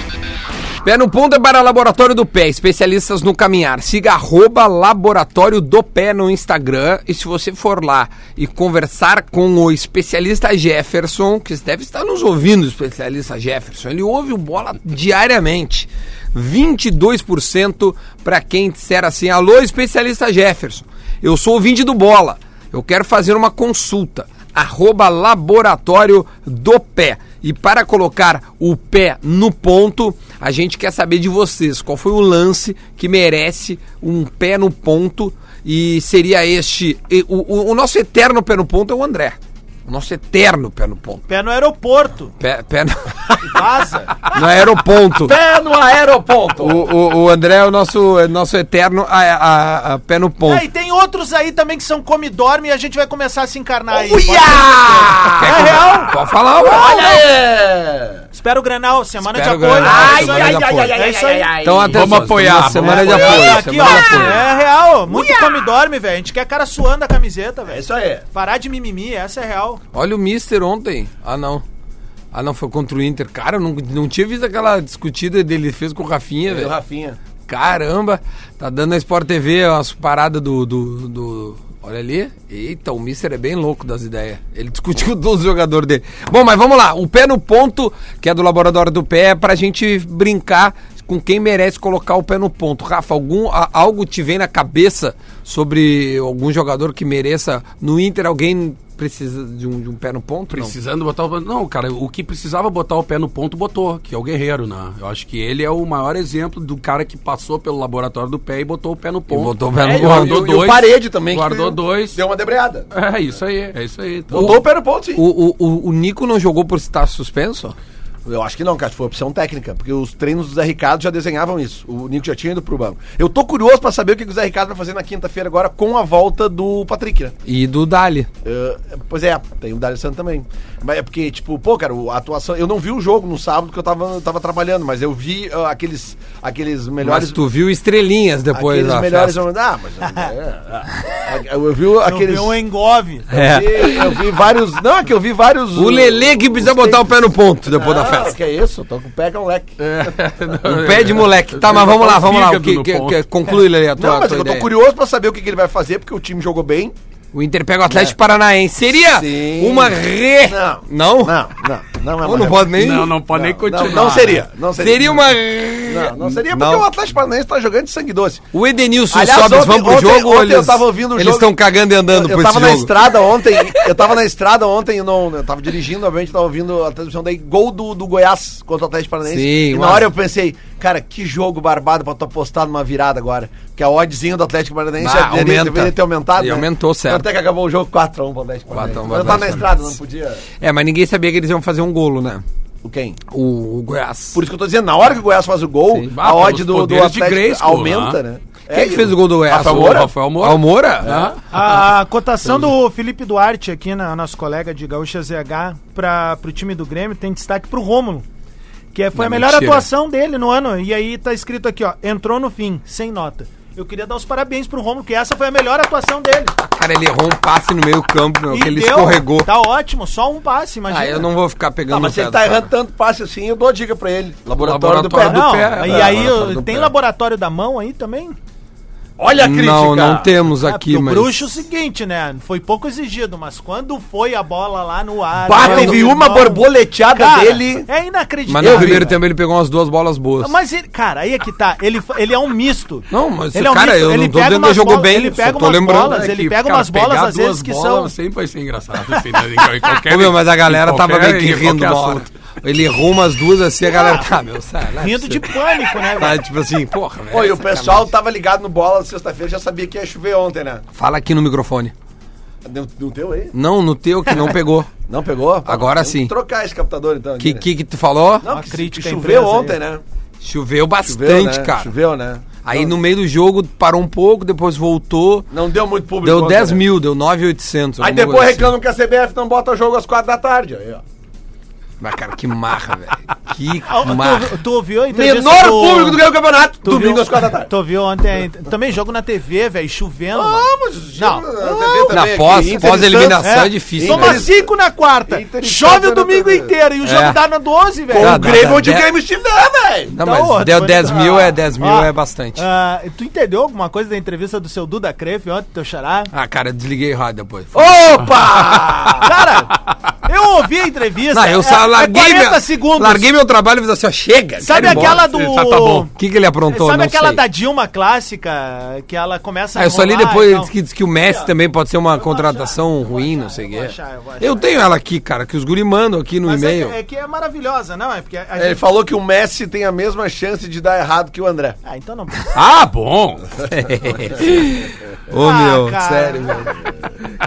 A: Pé no ponto é para Laboratório do Pé, especialistas no caminhar. Siga arroba Laboratório do Pé no Instagram e se você for lá e conversar com o especialista Jefferson, que deve estar nos ouvindo, o especialista Jefferson, ele ouve o bola diariamente. 22% para quem disser assim, alô especialista Jefferson, eu sou ouvinte do bola, eu quero fazer uma consulta arroba Laboratório do Pé. E para colocar o pé no ponto, a gente quer saber de vocês qual foi o lance que merece um pé no ponto e seria este. e o, o- o nosso eterno pé no ponto é o André. O nosso eterno pé no ponto.
B: Pé no aeroporto.
A: Pé, pé no,
B: Vaza.
A: no aeroponto.
B: Pé no aeroporto.
A: O, o, o André é o nosso, é nosso eterno a, a- a- pé no
B: É,
A: ponto.
B: e tem outros aí também que são come e dorme e a gente vai começar a se encarnar aí. Pode
A: Uia!
B: É real.
A: Pode falar, ué.
B: Espera o Grenal, semana
A: Espera o
B: de apoio.
A: Grenal,
B: É isso
A: semana
B: aí.
A: de apoio.
B: É isso aí.
A: Então, atenção,
E: Vamos apoiar,
A: Semana de
E: vamos
A: apoio.
B: É,
E: apoiar.
B: aqui,
A: semana de
B: ó.
A: apoio.
B: É real. Muito come e dorme, velho. A gente quer cara suando a camiseta,
A: É
B: velho.
C: Isso aí.
B: Parar de mimimi, essa é real.
A: Olha o Mister ontem. Ah, não. Ah, não, foi contra o Inter. Cara, eu não, não tinha visto aquela discutida dele fez com o Rafinha,
C: E o
A: velho.
C: Rafinha.
A: Caramba, tá dando na Sport TV umas paradas do, do, do- Olha ali. Eita, o Mister é bem louco das ideias. Ele discutiu com os jogadores dele. Bom, mas vamos lá. O pé no ponto, que é do Laboratório do Pé, é pra gente brincar com quem merece colocar o pé no ponto. Rafa, algum, a- algo te vem na cabeça sobre algum jogador que mereça no Inter? Alguém precisa de um, de um pé no ponto? Não.
E: Precisando botar o. Não, cara, o que precisava botar o pé no ponto, botou, que é o Guerreiro, né? Eu acho que ele é o maior exemplo do cara que passou pelo laboratório do pé e botou o pé no ponto.
A: botou o pé no
E: É,
A: ponto.
E: Guardou
C: E o
E: dois.
C: Parede também. que
E: Guardou dois.
C: Deu uma debreada.
E: É isso aí, é isso aí. Então,
C: Botou o pé no ponto, sim.
A: O, o- o- o Nico não jogou por estar suspenso?
C: Eu acho que não, cara. Foi opção técnica, porque os treinos do Zé Ricardo já desenhavam isso. O Nico já tinha ido pro banco. Eu tô curioso pra saber o que que o Zé Ricardo vai fazer na quinta-feira agora com a volta do Patrick, né?
A: E do Dali.
C: Eh, pois é, tem o D'Alessandro também. Mas é porque, tipo, pô, cara, o- a atuação. Eu não vi o jogo no sábado que eu tava, eu tava trabalhando, mas eu vi ah, aqueles, aqueles melhores.
A: Mas tu viu estrelinhas depois
C: aqueles
A: da
C: melhores.
A: festa.
C: Ah, mas. é, é. eu, vi aqueles.
B: Eu vi um engove.
A: É.
C: vi- eu vi vários. Não, é que eu vi vários.
A: O Lele que precisa botar o pé no ponto depois da
C: Ah,
A: festa.
C: que é isso? Eu tô com o pé com o leque.
A: O pé de moleque. Tá, mas vamos lá, vamos lá. O que-
E: Fígado no
A: que-
E: ponto.
A: que- conclui, Lele, a tua,
C: Não, mas
A: tua
C: eu tô
A: ideia.
C: curioso pra saber o que, que ele vai fazer, porque o time jogou bem.
A: O Inter pega o Atlético Paranaense. Seria
C: É. Sim.
A: uma re...
C: Não.
A: Não?
C: Não, não, não é
A: Ou não
C: mais-
A: pode nem...
E: Não, não pode nem
C: Não,
E: continuar.
C: não seria, não seria.
A: Seria uma... re-
C: Não, não seria porque
A: Não.
C: o Atlético Paranaense tá jogando de sangue doce.
A: O Edenilson
C: Aliás,
A: sobe
C: ontem-
A: vão pro
C: ontem-
A: jogo ou
C: ontem eu
A: eles...
C: tava ouvindo o
A: Eles
C: jogo-
A: estão cagando e andando
C: Eu
A: por esse
C: tava na
A: jogo.
C: estrada ontem, eu tava na estrada ontem e não. Eu tava dirigindo, obviamente, tava ouvindo a transmissão daí, gol do, do Goiás contra o Atlético Paranaense.
A: Sim,
C: e
A: mas-
C: na hora eu pensei, cara, que jogo barbado pra tu apostar numa virada agora. Que a oddzinha do Atlético Paranaense
A: Bah,
C: deveria-
A: aumenta.
C: deveria ter aumentado.
A: E aumentou, certo.
C: Até que acabou o jogo 4x1 pro Atlético Paranaense.
A: 4x1 pro
C: Mas eu tava na
A: Atlético
C: estrada, não podia.
A: É, mas ninguém sabia que eles iam fazer um golo, né?
C: O quem?
A: O, o Goiás.
C: Por isso que eu tô dizendo, na hora que o Goiás faz o gol,
E: Sim.
C: a
E: Ah,
C: odd
E: pelos
C: do, do
E: poderes de
C: Atlético
E: Grayskull,
C: aumenta,
E: né?
C: né?
A: Quem que fez o gol do Goiás?
C: Rafael Moura?
A: O Rafael Moura. Hã?
B: A cotação do Felipe Duarte aqui, na, nosso colega de Gaúcha ZH, para o time do Grêmio, tem destaque pro Rômulo. Que é- foi
A: Não,
B: a melhor
A: mentira.
B: atuação dele no ano. E aí tá escrito aqui, ó. Entrou no fim, sem nota. Eu queria dar os parabéns pro Rômulo, que essa foi a melhor atuação dele.
A: Cara, ele errou um passe no meio campo, meu,
B: E
A: É que ele
B: deu,
A: escorregou.
B: Tá ótimo, só um passe, imagina.
A: Ah, eu não vou ficar pegando
C: Ah,
A: no
C: mas se
A: pé
C: ele
A: do
C: tá
A: cara.
C: errando tanto passe assim, eu dou a dica pra ele. Laboratório, do pé.
E: Laboratório do
B: Não,
E: pé,
B: e
E: é,
B: aí
A: laboratório do
B: tem
A: pé.
B: laboratório da mão aí também?
C: Olha a crítica.
A: Não, não temos
B: É, porque
A: aqui,
B: o
A: mas...
B: bruxo é o seguinte, né? Foi pouco exigido, mas quando foi a bola lá no ar...
C: Bah,
B: né,
C: teve
B: do
C: uma
B: irmão,
C: borboleteada
B: cara,
C: dele.
B: É inacreditável.
A: Mas no primeiro
B: cara.
A: tempo ele pegou umas duas bolas boas.
B: Mas, ele, cara, aí é que tá. Ele, ele é um misto.
A: Não, mas
B: Ele é um
A: cara,
B: misto,
A: eu
B: ele
A: não tô
B: pega
A: dizendo que
B: umas
A: ele jogou
B: bolas-
A: bem,
B: ele
A: só
B: pega
A: tô
B: umas
A: lembrando.
B: bolas,
A: é
B: ele
A: que,
B: pega
A: cara,
B: umas bolas,
E: pegar
B: às vezes,
E: duas
B: que
E: bolas
B: são...
E: Sempre vai ser engraçado. Assim, né? Em qualquer-
A: Ô, meu, mas a galera
E: em
A: tava
E: qualquer-
A: meio que
E: em
A: rindo na
E: qualquer assunto.
A: hora. Ele errou umas duas assim, a galera tá, meu, sai, não é
B: Ah, Rindo de
A: possível.
B: pânico, né,
A: Tá,
B: velho?
A: tipo assim, porra, velho.
C: Pô, e o
A: sacanagem.
C: pessoal tava ligado no bola sexta-feira, já sabia que ia chover ontem, né?
A: Fala aqui no microfone.
C: Não, não teu aí?
A: Não, no teu que não pegou.
C: Não pegou? Pô,
A: Agora
C: tem que
A: sim.
C: Trocar esse captador, então. aqui,
A: Que,
C: né?
A: que que tu falou?
C: Não,
B: Uma
C: que,
B: crítica
C: crítica
B: à
C: que
B: empresa
C: choveu ontem,
B: aí.
C: né?
A: Choveu bastante,
C: Choveu, né?
A: cara.
C: Choveu, né?
A: Aí no meio do jogo parou um pouco, depois voltou.
C: Não deu muito público.
A: Deu
C: ontem,
A: 10
C: né?
A: mil, deu 9,800.
C: Aí
A: alguma
C: depois
A: coisa assim.
C: reclamam que a CBF não bota jogo às quatro da tarde. Aí, ó.
A: Mas, cara, que marra, velho. Que
B: Ah,
A: mar.
B: Tu, tu ouviu a entrevista
C: Menor público do que o campeonato,
B: tu
C: domingo
B: viu-
C: às quatro da tarde. Ah,
B: Tu viu ontem. Também jogo na TV, velho, chovendo. mano. Não.
A: Na pós, pós-eliminação é, difícil.
B: Toma
A: né?
B: 5 na quarta.
C: Inter e
B: Chove o
C: Santos,
B: domingo
C: né?
B: inteiro e o jogo
A: É.
B: dá na 12, velho.
A: Tá,
C: O É, Grêmio
A: dá
C: onde o
A: dez-
C: Grêmio estiver, velho.
A: Não,
B: Tá
A: mas
B: outro,
A: deu
B: mas
A: 10
B: tá.
A: mil, é 10 mil,
B: Ó,
A: é bastante.
B: ah, tu entendeu alguma coisa da entrevista do seu Duda Crefe ontem, teu xará?
A: Ah, cara, eu desliguei o rádio depois.
B: Opa! Cara, eu ouvi a entrevista.
A: Não, eu sa-
B: é- é
A: larguei,
B: 40
A: meu,
B: segundos.
A: larguei meu trabalho e fiz assim, ó, chega.
B: Sabe
A: quero ir
B: aquela
A: embora.
B: do-
A: Já tá bom. O que, que ele aprontou?
B: Sabe
A: Não
B: aquela
A: sei.
B: da Dilma clássica que ela começa
A: Ah, eu só li
B: enrolar e tal?
A: depois que diz que o Messi também pode ser uma contratação
B: então. achar, eu vou
A: ruim,
B: achar,
A: não sei o
B: eu
A: quê.
B: vou achar, eu vou achar.
A: Eu tenho ela aqui, cara, que os guri mandam aqui no
B: Mas é,
A: e-mail.
B: que- é que é maravilhosa, não? É porque a
C: Ele
B: gente-
C: falou que o Messi tem a mesma chance de dar errado que o André.
B: Ah, então não.
E: Ah, bom.
A: Ô, meu,
B: Ah, cara.
A: sério, velho.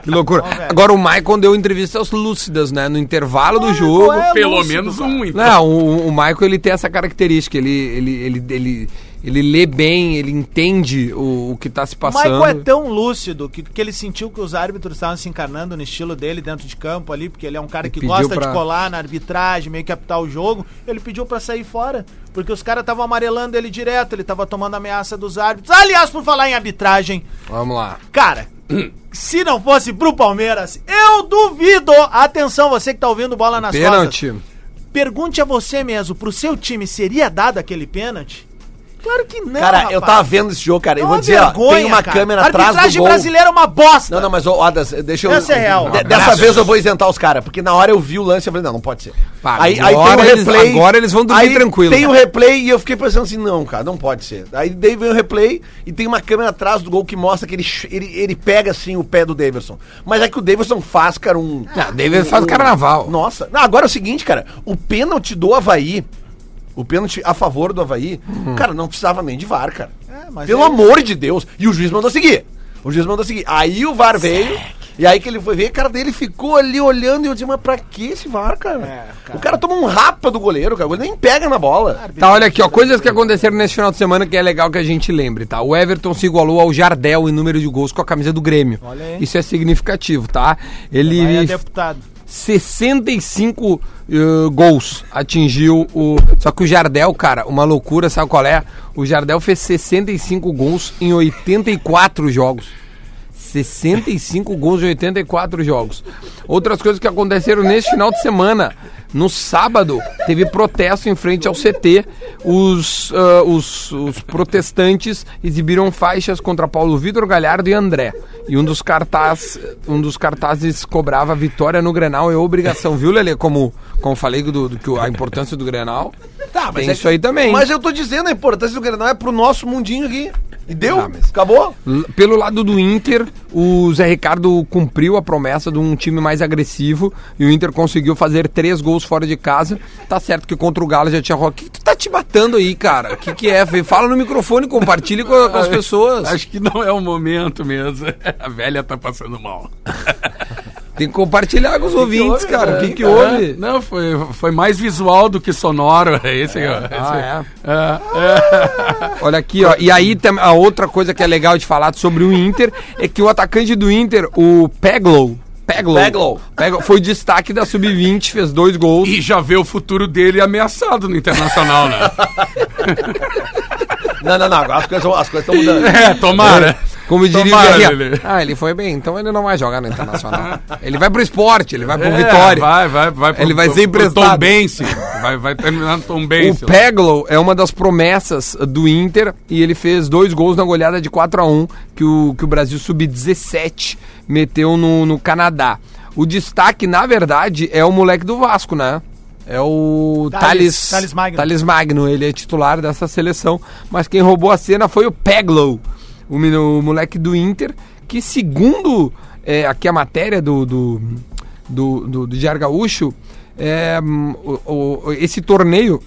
A: Que loucura.
B: Ó, velho.
A: Agora o Maicon deu entrevistas lúcidas, né? No intervalo do jogo.
B: Qual é a
E: Pelo
B: lúcido,
E: menos
B: cara?
E: um. então.
A: Não, o, o Michael ele tem essa característica, ele, ele, ele, ele, ele lê bem, ele entende o, o que tá se
B: O Michael é
A: passando.
B: tão lúcido que, que ele sentiu que os árbitros estavam se encarnando no estilo dele dentro de campo ali, porque ele é um cara
A: Ele
B: que
A: pediu
B: gosta
A: pra-
B: de colar na arbitragem, meio que apitar o jogo. Ele pediu pra sair fora, porque os caras estavam amarelando ele direto, ele tava tomando ameaça dos árbitros. Aliás, por falar em arbitragem,
A: Vamos lá.
B: Cara, se não fosse pro Palmeiras, eu duvido. Atenção, você que tá ouvindo bola nas
A: Um Pênalti.
B: costas. Pergunte a você mesmo, pro seu time seria dado aquele pênalti? Claro que não,
C: cara, eu
B: rapaz.
C: tava vendo esse jogo, cara.
B: É
C: Eu
B: uma
C: vou dizer, ó, tem
B: vergonha,
C: uma
B: cara.
C: câmera atrás do
B: Arbitragem
C: gol.
B: brasileira é uma bosta.
C: Não, não, mas, ô, Adas, deixa eu...
B: Essa é real.
C: De- dessa vez eu vou isentar os caras, porque na hora eu vi o lance, eu falei, não, não pode ser.
A: Pá, agora eles- agora eles vão dormir
C: um aí
A: tranquilo.
C: tem o replay e eu fiquei pensando assim, não, cara, não pode ser. Aí daí vem o replay e tem uma câmera atrás do gol que mostra que ele, ch- ele, ele pega, assim, o pé do Davidson. Mas é que o Davidson faz, cara, um...
A: Ah, Davidson faz carnaval.
C: Nossa. Não, agora é o seguinte, cara, o pênalti do Havaí... O pênalti a favor do Havaí, cara, não precisava nem de VAR, cara.
B: Hum. É, mas
C: Pelo
B: é-
C: amor de Deus. E o juiz mandou seguir. O juiz mandou seguir. Aí o VAR veio. E aí que ele foi ver, a cara dele ficou ali olhando e eu disse, mas pra que esse VAR, cara?
B: É, cara.
C: O cara toma um rapa do goleiro, cara. O goleiro nem pega na bola.
A: Tá, olha aqui, ó, coisas que aconteceram nesse final de semana que é legal que a gente lembre, tá? O Everton se igualou ao Jardel em número de gols com a camisa do Grêmio.
B: Olha aí.
A: Isso é significativo, tá? Ele
B: Aí é deputado.
A: 65 eh, gols atingiu o. Só que o Jardel, cara, uma loucura, sabe qual é? O Jardel fez 65 gols em 84 jogos. 65 gols em 84 jogos. Outras coisas que aconteceram neste final de semana. No sábado, teve protesto em frente ao CT. Os, ah, os, os protestantes exibiram faixas contra Paulo Vitor Galhardo e André. E um dos, cartaz, um dos cartazes cobrava vitória no Grenal é obrigação, viu, Lele? Como, como falei do, do que o- a importância do Grenal. Tá, mas Tem
C: é-
A: isso aí também.
C: Mas eu tô dizendo a importância do Grenal é pro nosso mundinho aqui. E deu,
A: Ah, mas-
C: acabou.
A: L- Pelo lado do Inter, o Zé Ricardo cumpriu a promessa de um time mais agressivo e o Inter conseguiu fazer três gols fora de casa. Tá certo que contra o Galo já tinha rock. O que tu tá te matando aí, cara? O que, que é? Fê? Fala no microfone, compartilhe com, com as pessoas.
E: Acho que não é o momento mesmo. A velha tá passando mal.
A: Tem que compartilhar com os ouvintes,
C: houve,
A: cara. O
E: né?
C: cara?
A: que, que houve?
E: É, Não, foi, foi mais visual do que sonoro. É Esse,
A: Ah, é.
E: é.
A: Olha aqui, ó. E aí tam- a outra coisa que é legal de falar sobre o Inter é que o atacante do Inter, o Peglow. Peglow.
C: Peglow.
A: Peglow foi destaque da Sub-20, fez dois gols.
E: E já vê o futuro dele ameaçado no internacional, né?
C: Não, não, não. Agora as coisas estão mudando.
E: É, tomara.
A: Como diria
E: Tomara,
A: o Guerrinha.
E: Lelê.
A: Ah, ele foi bem, então ele não vai jogar no Internacional. ele vai pro esporte, ele vai pro
E: É,
A: Vitória.
E: Vai, vai, vai.
A: Ele vai ser emprestado.
E: Tom Bense. Vai, vai terminar no Tom
A: O
E: Bense. lá.
A: Peglow é uma das promessas do Inter e ele fez dois gols na goleada de 4 a 1 que o, que o Brasil sub-17 meteu no, no Canadá. O destaque, na verdade, é o moleque do Vasco, né? É o Thales,
B: Thales- Thales Magno.
A: Thales Magno. Ele é titular dessa seleção, mas quem roubou a cena foi o Peglow, o, meni- o moleque do Inter, que segundo é, aqui a matéria do, do, do, do, do Diário Gaúcho, é, hum, o- o- esse torneio,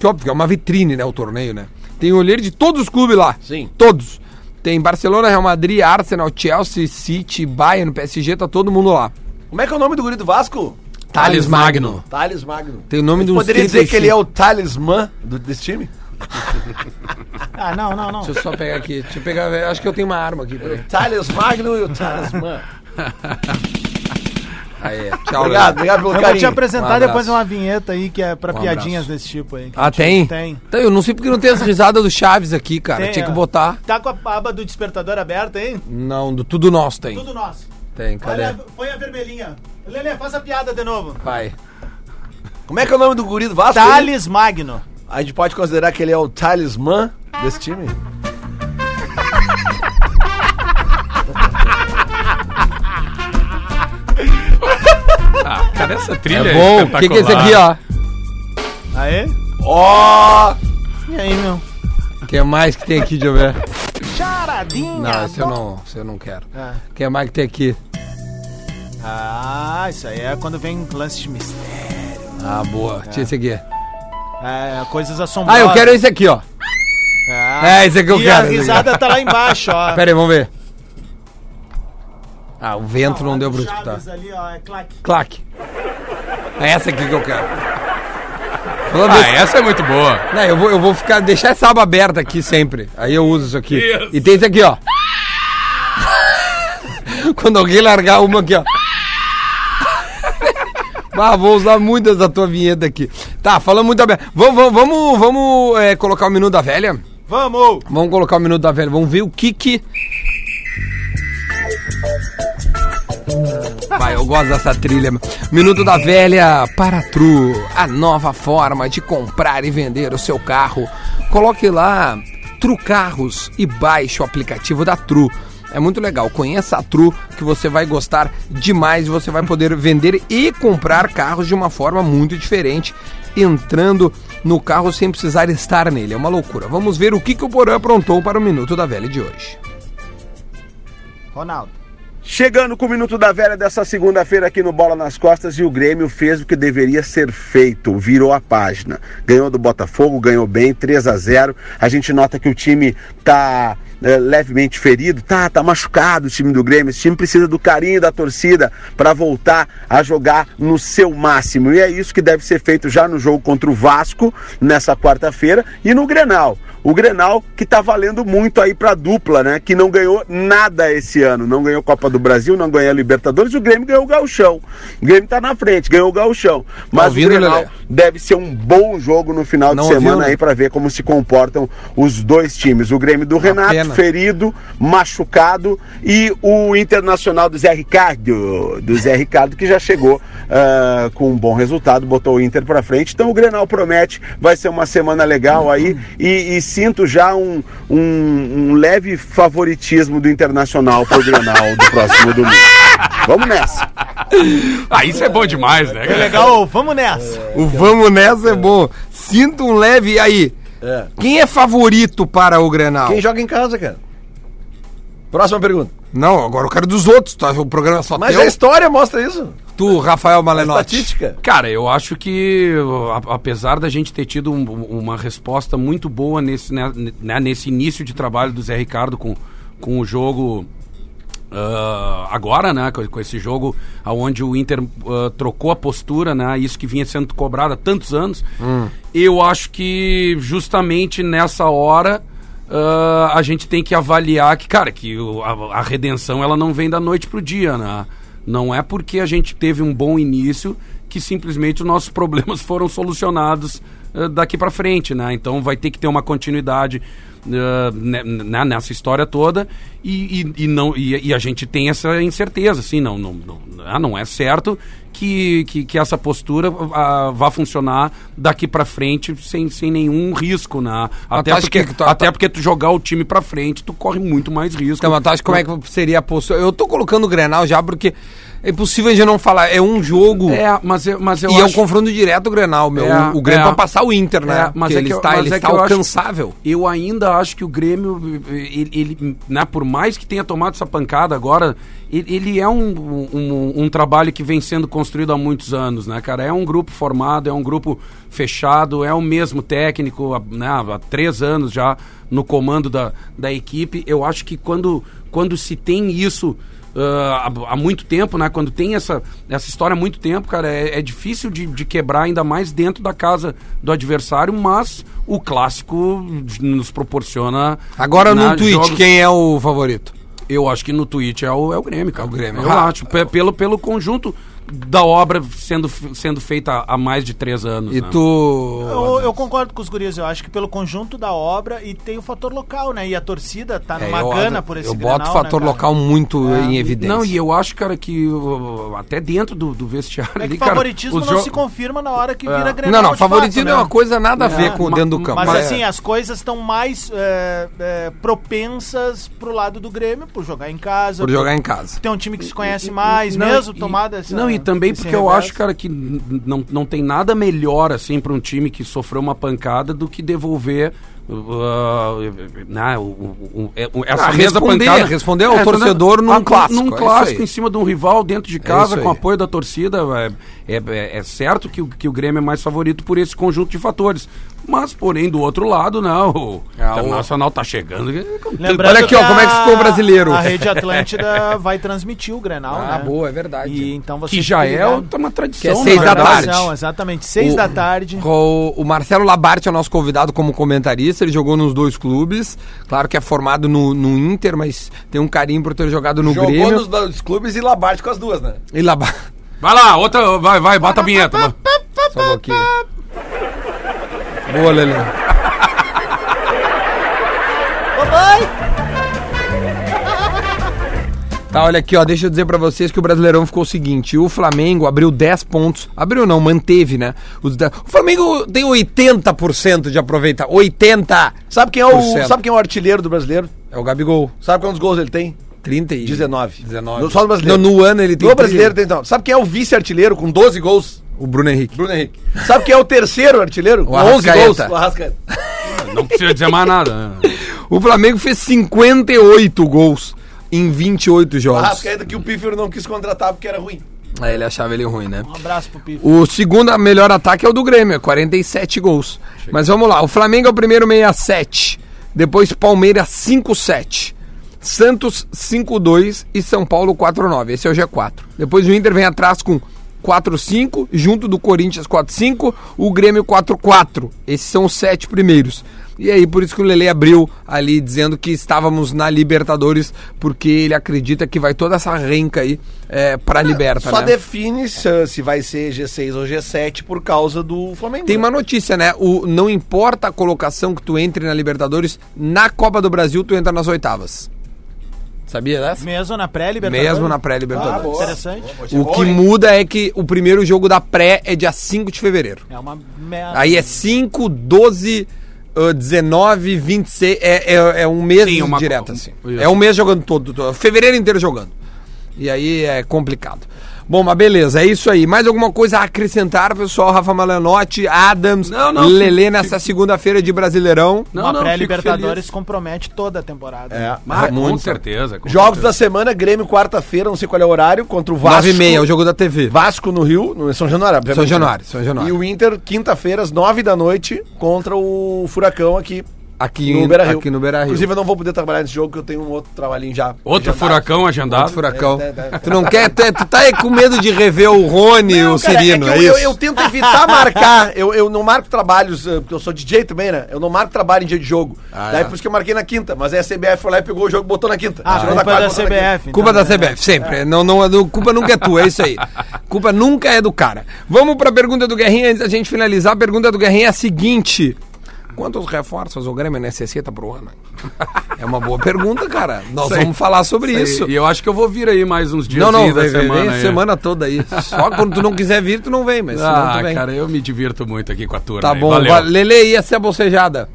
A: que óbvio é uma vitrine, né, o torneio, né? Tem o olheiro de todos os clubes lá.
C: Sim.
A: Todos. Tem Barcelona, Real Madrid, Arsenal, Chelsea, City, Bayern, PSG, tá todo mundo lá.
C: Como é que é o nome do guri do Vasco?
A: Thales Magno.
C: Thales Magno.
A: Tem o nome de um uns
C: Poderia dizer que ele é
A: 35.
C: o talismã do- desse time?
B: Ah, não, não, não.
A: Deixa eu só pegar aqui. Deixa eu pegar. Acho que eu tenho uma arma aqui. Peraí.
C: Thales Magno e o talismã.
A: Aí, tchau, Léo.
C: Obrigado, obrigado pelo
B: Eu vou te
C: carinho.
B: apresentar
A: Um
B: depois
A: abraço.
B: uma vinheta aí que é pra
A: Um
B: piadinhas
A: abraço.
B: desse tipo aí. que
A: Ah,
B: a gente-
A: tem?
B: Tem.
A: Então, eu não sei porque não tem as risadas do Chaves aqui, cara.
B: Tem,
A: Tinha que
B: é.
A: botar.
B: Tá com a aba do despertador aberta, hein?
A: Não, do tudo nosso tem.
B: Tudo nosso.
A: Tem,
B: Olha,
A: cadê?
B: põe a vermelhinha. Lele, faz a piada de novo.
A: Vai.
C: Como é que é o nome do guri do Vasco? hein?
B: Thales Magno.
C: A gente pode considerar que ele é o talismã desse time?
E: Ah, cara, essa trilha
A: É bom. O que, que é esse aqui, ó?
B: Aê?
C: Ó!
B: E aí, meu?
A: O que é mais que tem aqui, deixa eu ver?
B: Charadinha.
A: Não, esse eu não, esse eu não quero.
B: Ah.
A: O que é mais que tem aqui?
B: Ah, isso aí é quando vem lance de mistério.
A: Ah, boa. Tinha esse aqui.
B: É, coisas
A: Ah,
B: assombrosas.
A: eu quero esse aqui, ó.
B: Ah,
A: É, esse aqui eu
B: e
A: quero,
B: a
A: esse
B: risada tá lá embaixo, ó.
A: Pera aí, vamos ver. Ah, o vento não deu tá. pra escutar.
B: é Chaves ali, ó, é claque.
A: Claque. É essa aqui que eu quero. Toda
E: Ah,
A: vez-
E: essa é muito boa.
A: Não, eu vou, eu vou ficar, deixar essa aba aberta aqui sempre. Aí eu uso isso aqui. E tem isso aqui, ó. Quando alguém largar uma aqui, ó. Ah, vou usar muitas da tua vinheta aqui. Tá, falando muito da velha. Vamos, vamos, vamos, vamos é, colocar o minuto da velha?
B: Vamos!
A: Vamos colocar o minuto da velha. Vamos ver o que que. Tá Vai, eu gosto dessa trilha. Minuto da Velha para a Tru, a nova forma de comprar e vender o seu carro. Coloque lá Tru Carros e baixe o aplicativo da Tru. É muito legal. Conheça a Tru que você vai gostar demais. Você vai poder vender e comprar carros de uma forma muito diferente, entrando no carro sem precisar estar nele. É uma loucura. Vamos ver o que, que o Porã aprontou para o Minuto da Velha de hoje.
B: Ronaldo.
H: Chegando com o Minuto da Velha dessa segunda-feira aqui no Bola nas Costas e o Grêmio fez o que deveria ser feito, virou a página. Ganhou do Botafogo, ganhou bem, 3 a 0 A gente nota que o time tá eh, levemente ferido, tá, tá machucado o time do Grêmio. Esse time precisa do carinho da torcida para voltar a jogar no seu máximo. E é isso que deve ser feito já no jogo contra o Vasco, nessa quarta-feira, e no Grenal. O Grenal que tá valendo muito aí pra dupla, né? Que não ganhou nada esse ano. Não ganhou Copa do Brasil, não ganhou a Libertadores. O Grêmio ganhou o Gauchão. O Grêmio tá na frente, ganhou o Gauchão. Mas
A: Tá ouvindo,
H: o Grenal
A: Lelé?
H: deve ser um bom jogo no final
A: Não
H: de
A: ouviu,
H: semana
A: né?
H: aí pra ver como se comportam os dois times. O Grêmio do Renato,
A: pena.
H: ferido, machucado, e o Internacional do Zé Ricardo. Do Zé Ricardo que já chegou ah, com um bom resultado, botou o Inter pra frente. Então o Grenal promete, vai ser uma semana legal aí e, e sinto já um, um, um leve favoritismo do Internacional pro Grenal do próximo domingo. Vamos nessa!
E: Ah, isso é bom demais, né?
B: É
E: cara?
B: legal, vamos nessa.
A: O vamos nessa é bom. Sinto um leve aí. Quem é favorito para o Grenal?
C: Quem joga em casa, cara? Próxima pergunta.
A: Não, agora eu quero dos outros, tá? O programa é só
C: Mas
A: teu.
C: a história mostra isso.
A: Tu, Rafael Malenotti.
C: Estatística.
E: Cara, eu acho que, a- apesar da gente ter tido um- uma resposta muito boa nesse, né, né, nesse início de trabalho do Zé Ricardo com, com o jogo ah, agora, né, com, com esse jogo aonde o Inter ah, trocou a postura, né, isso que vinha sendo cobrado há tantos anos, eu acho que justamente nessa hora ah, a gente tem que avaliar que, cara, que o- a, a redenção ela não vem da noite pro dia, né? Não é porque a gente teve um bom início que simplesmente os nossos problemas foram solucionados eh, daqui pra frente, né? Então vai ter que ter uma continuidade eh, ne- né, nessa história toda e, e- e não, e, e a gente tem essa incerteza, assim, não, não, não, ah, não é certo que, que, que essa postura ah, vá funcionar daqui pra frente sem, sem nenhum risco, né? Até,
A: acho
E: porque,
A: que tu- tá-
E: até porque tu jogar o time pra frente, tu corre muito mais risco.
A: Então, mas tu acha como é que seria a postura? Eu tô colocando o Grenal já porque é impossível a gente não falar. É um jogo
E: É, mas eu, mas eu
A: e é um
E: acho-
A: confronto direto o Grenal, meu.
E: É,
A: o, o Grêmio
E: é.
A: vai passar o Inter, né?
E: É, mas
A: Porque
E: é
A: ele
E: que eu-
A: está,
E: mas
A: ele
E: é
A: está
E: que eu acho-
A: alcançável.
E: Eu ainda acho que o Grêmio, ele, ele, né, por mais que tenha tomado essa pancada agora, ele, ele é um, um, um trabalho que vem sendo construído há muitos anos, né, cara? É um grupo formado, é um grupo fechado, é o mesmo técnico há, né, há três anos já no comando da, da equipe. Eu acho que quando, quando se tem isso. ah, há, há muito tempo, né? Quando tem essa, essa história há muito tempo, cara, é, é difícil de, de quebrar, ainda mais dentro da casa do adversário, mas o clássico nos proporciona.
A: Agora
E: né,
A: no tweet,
E: jogos-
A: quem é o favorito?
E: Eu acho que no tweet é o, é o Grêmio, cara.
A: É o Grêmio.
E: Eu
A: Ah,
E: acho, pe- pelo, pelo conjunto da obra sendo, f- sendo feita há mais de três anos.
A: E
E: né?
A: tu.
B: Eu, eu concordo com os guris, eu acho que pelo conjunto da obra e tem o fator local, né? E a torcida tá
A: É,
B: numa
A: eu,
B: gana por esse
A: eu boto
B: Grenal,
A: o
B: né,
A: fator
B: cara? É.
A: local muito em evidência.
E: Não, e eu acho, cara, que uh, até dentro do, do vestiário
B: É que
E: ali, cara,
B: favoritismo
E: os
B: não
E: jo-
B: se confirma na hora que vira Grenal.
A: É. Não, não,
B: de
A: favoritismo é
B: fato, né?
A: uma coisa nada a ver
E: É,
A: com
E: ma-
A: dentro do campo.
B: Mas
A: Mas-
B: assim, as coisas estão mais é, é, propensas pro lado do Grêmio, por jogar em casa.
A: por jogar em casa.
B: Tem um time que se conhece mais,
E: Não,
B: mesmo
E: e-
B: tomada essa.
E: Não, e também
B: esse
E: porque eu
B: revés.
E: acho, cara, que n- n- não, não tem nada melhor, assim, pra um time que sofreu uma pancada do que devolver. uh, uh, né, o- o- o- é- o- essa
A: Ah,
E: mesma
A: responder,
E: pancada É,
A: responder ao torcedor num
E: a-
A: clássico, é
E: num
A: isso
E: clássico
A: aí. É
E: em cima de um rival dentro de casa
A: isso
E: com
A: aí.
E: apoio da torcida é, é- é- é certo que, o- que o Grêmio é mais favorito por esse conjunto de fatores mas porém do outro lado não o
A: Ah, o-
E: Internacional tá chegando é, com
B: Lembrando
A: Olha aqui, ó,
B: que
A: como é que ficou o brasileiro.
B: A Rede Atlântida vai transmitir o Grenal,
A: Ah,
B: né?
A: boa, é verdade.
B: E então você
E: que já
B: fica
E: é
B: ligado.
E: uma tradição
A: Que é
E: na
A: seis da
E: verdade.
A: tarde.
B: Não, exatamente, seis
A: O-
B: da tarde. Um
A: O, o Marcelo Labarte é o nosso convidado como comentarista, ele jogou nos dois clubes. Claro que é formado no, no Inter, mas tem um carinho por ter jogado no
C: Jogou
A: Grêmio.
C: nos dois clubes e Labarte com as duas, né?
A: E Labarte.
E: Vai lá, outra. Vai, vai, bota a vinheta. vai.
A: Só um pouquinho. Boa, Lelê. Tá, olha aqui, ó, deixa eu dizer pra vocês que o Brasileirão ficou o seguinte, o Flamengo abriu 10 pontos, abriu não, manteve, né? Os da- o Flamengo tem 80% de aproveitar, 80!
C: Sabe quem é o,
A: 100%.
C: sabe quem é o artilheiro do brasileiro?
A: É o Gabigol,
C: Sabe quantos gols ele tem?
A: 30 e...
C: 19.
A: 19.
C: No- só no brasileiro.
A: Não, no ano ele tem
C: No brasileiro
A: 30.
C: tem, não. Sabe quem é o vice-artilheiro com 12 gols?
A: O Bruno Henrique.
C: Bruno Henrique. Sabe quem é o terceiro artilheiro? Com 11
A: Arrascaeta.
C: gols. O Arrascaeta.
E: Não precisa dizer mais nada. né?
A: O Flamengo fez 58 gols em 28
C: O
A: jogos.
C: Arrascaeta que o Pífero não quis contratar porque era ruim.
A: Aí ele achava ele ruim, né?
B: Um abraço pro Pif.
A: O segundo melhor ataque é o do Grêmio, é 47 gols. Mas vamos lá, o Flamengo é o primeiro 67, depois Palmeiras 57, Santos 52 e São Paulo 49. Esse é o G4. Depois o Inter vem atrás com 45, junto do Corinthians 45, o Grêmio 44. Esses são os sete primeiros. E aí por isso que o Lele abriu ali dizendo que estávamos na Libertadores, porque ele acredita que vai toda essa renca aí é, para Liberta,
C: Só
A: né?
C: define se, se vai ser G6 ou G7 por causa do Flamengo.
A: Tem uma notícia, né? O, não importa a colocação que tu entre na Libertadores, na Copa do Brasil tu entra nas oitavas. Sabia dessa?
B: Mesmo na pré-libertadores. Ah,
A: Mesmo na pré-Libertadores.
B: Interessante.
A: o que muda é que o primeiro jogo da pré é dia 5 de fevereiro.
B: É uma merda.
A: Aí é 5, 12, ah, 19, 26. É, é, é um mês
E: Sim, uma
A: direto,
E: co-
A: assim.
E: isso.
A: É um mês jogando todo, todo- Fevereiro inteiro jogando. E aí é complicado. Bom, mas beleza, é isso aí. Mais alguma coisa a acrescentar, pessoal? Rafa Malenotti, Adams,
E: Não, não,
A: Lelê nessa segunda-feira de Brasileirão.
B: uma
E: fico
B: pré-libertadores
E: feliz.
B: compromete toda a temporada.
C: É.
E: Ah, com
A: Muito.
E: certeza. com
C: Jogos da
E: certeza.
C: semana, Grêmio quarta-feira, não sei qual é o horário, contra o Vasco.
A: 9 e meia, o jogo da TV.
C: Vasco no Rio, no São Januário. obviamente,
A: São Januário,
C: né?
A: São Januário.
C: E o Inter, quinta-feira, às nove da noite, contra o Furacão aqui
A: Aqui
C: no
A: em-
C: Beira Rio.
A: Aqui no Beira Rio.
C: Inclusive, eu não vou poder trabalhar nesse jogo, que eu tenho um outro trabalhinho já.
E: Outro
C: agendado.
E: furacão agendado.
A: Outro furacão.
C: É, é, é.
A: Tu não quer? Tu, é- tu tá aí com medo de rever o Rony e
C: Não,
A: o
C: cara, é
A: Cirino,
C: que
A: é,
C: eu, eu-
A: isso?
C: eu tento evitar marcar. Eu, eu não marco trabalhos, eh, porque eu sou DJ também, né? Eu não marco trabalho em dia de jogo.
A: Ah,
C: Daí
A: é.
C: por isso que eu marquei na quinta. Mas aí a CBF foi lá e pegou o jogo e botou na quinta.
B: Ah,
C: Tirou
B: culpa
C: quarta,
B: da
C: botou na quinta.
B: CBF. então,
A: Culpa da
B: né?
E: é
A: CBF, sempre. Não, não, não- culpa nunca é tua, é isso aí. culpa nunca é do cara. Vamos pra pergunta do Guerrinha antes da gente finalizar. A pergunta do Guerrinha é a seguinte: Quantos reforços o Grêmio necessita pro ano? É uma boa pergunta, cara. Nós
E: Isso aí.
A: vamos falar sobre isso.
E: E, e eu acho que eu vou vir aí mais uns dias
A: Não, não,
E: aí da
A: vem, vem,
E: semana.
A: vem
E: aí.
A: semana toda aí. Só quando tu não quiser vir, tu não vem, mas senão
E: Ah,
A: tu vem.
E: cara, eu me divirto muito aqui com a turma.
A: Tá
E: aí,
A: bom,
E: valeu.
A: va- Lele ia ser a bocejada.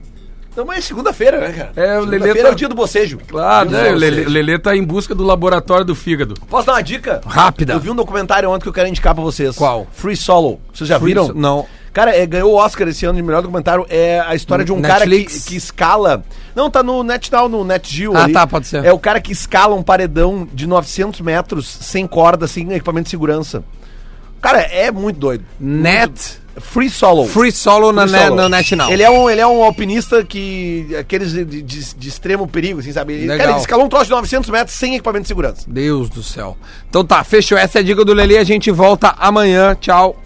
C: Então, mas é segunda-feira, né, cara?
E: É, o Lelê
C: Segunda-feira
E: tá-
C: é o dia do bocejo.
A: Ah,
E: Claro,
C: Dia do
E: né, o
C: bocejo.
E: Lelê, Lelê tá em busca do laboratório do fígado.
C: Posso dar uma dica?
A: Rápida.
C: Eu vi um documentário ontem que eu quero indicar pra vocês.
A: Qual?
C: Free Solo. Vocês já
A: Free
C: viram?
A: So- não.
C: Cara, é, ganhou o Oscar esse ano de melhor documentário. É a história de um cara
A: Netflix?
C: que, que escala. Não, tá no NetNow, no NetGeo.
A: Ah, tá, pode ser.
C: É o cara que escala um paredão de 900 metros sem corda, sem equipamento de segurança. Cara, é muito doido.
A: Net
C: Free Solo.
A: Free Solo na,
C: Free
A: na,
C: Solo.
A: na National.
C: Ele é um, ele é um alpinista que. aqueles de, de- de extremo perigo, assim, sabe? Ele, cara,
A: Legal.
C: ele escalou um troço de 900 metros sem equipamento de segurança.
A: Deus do céu. Então tá, fechou. Essa é a dica do Lelê. A gente volta amanhã. Tchau.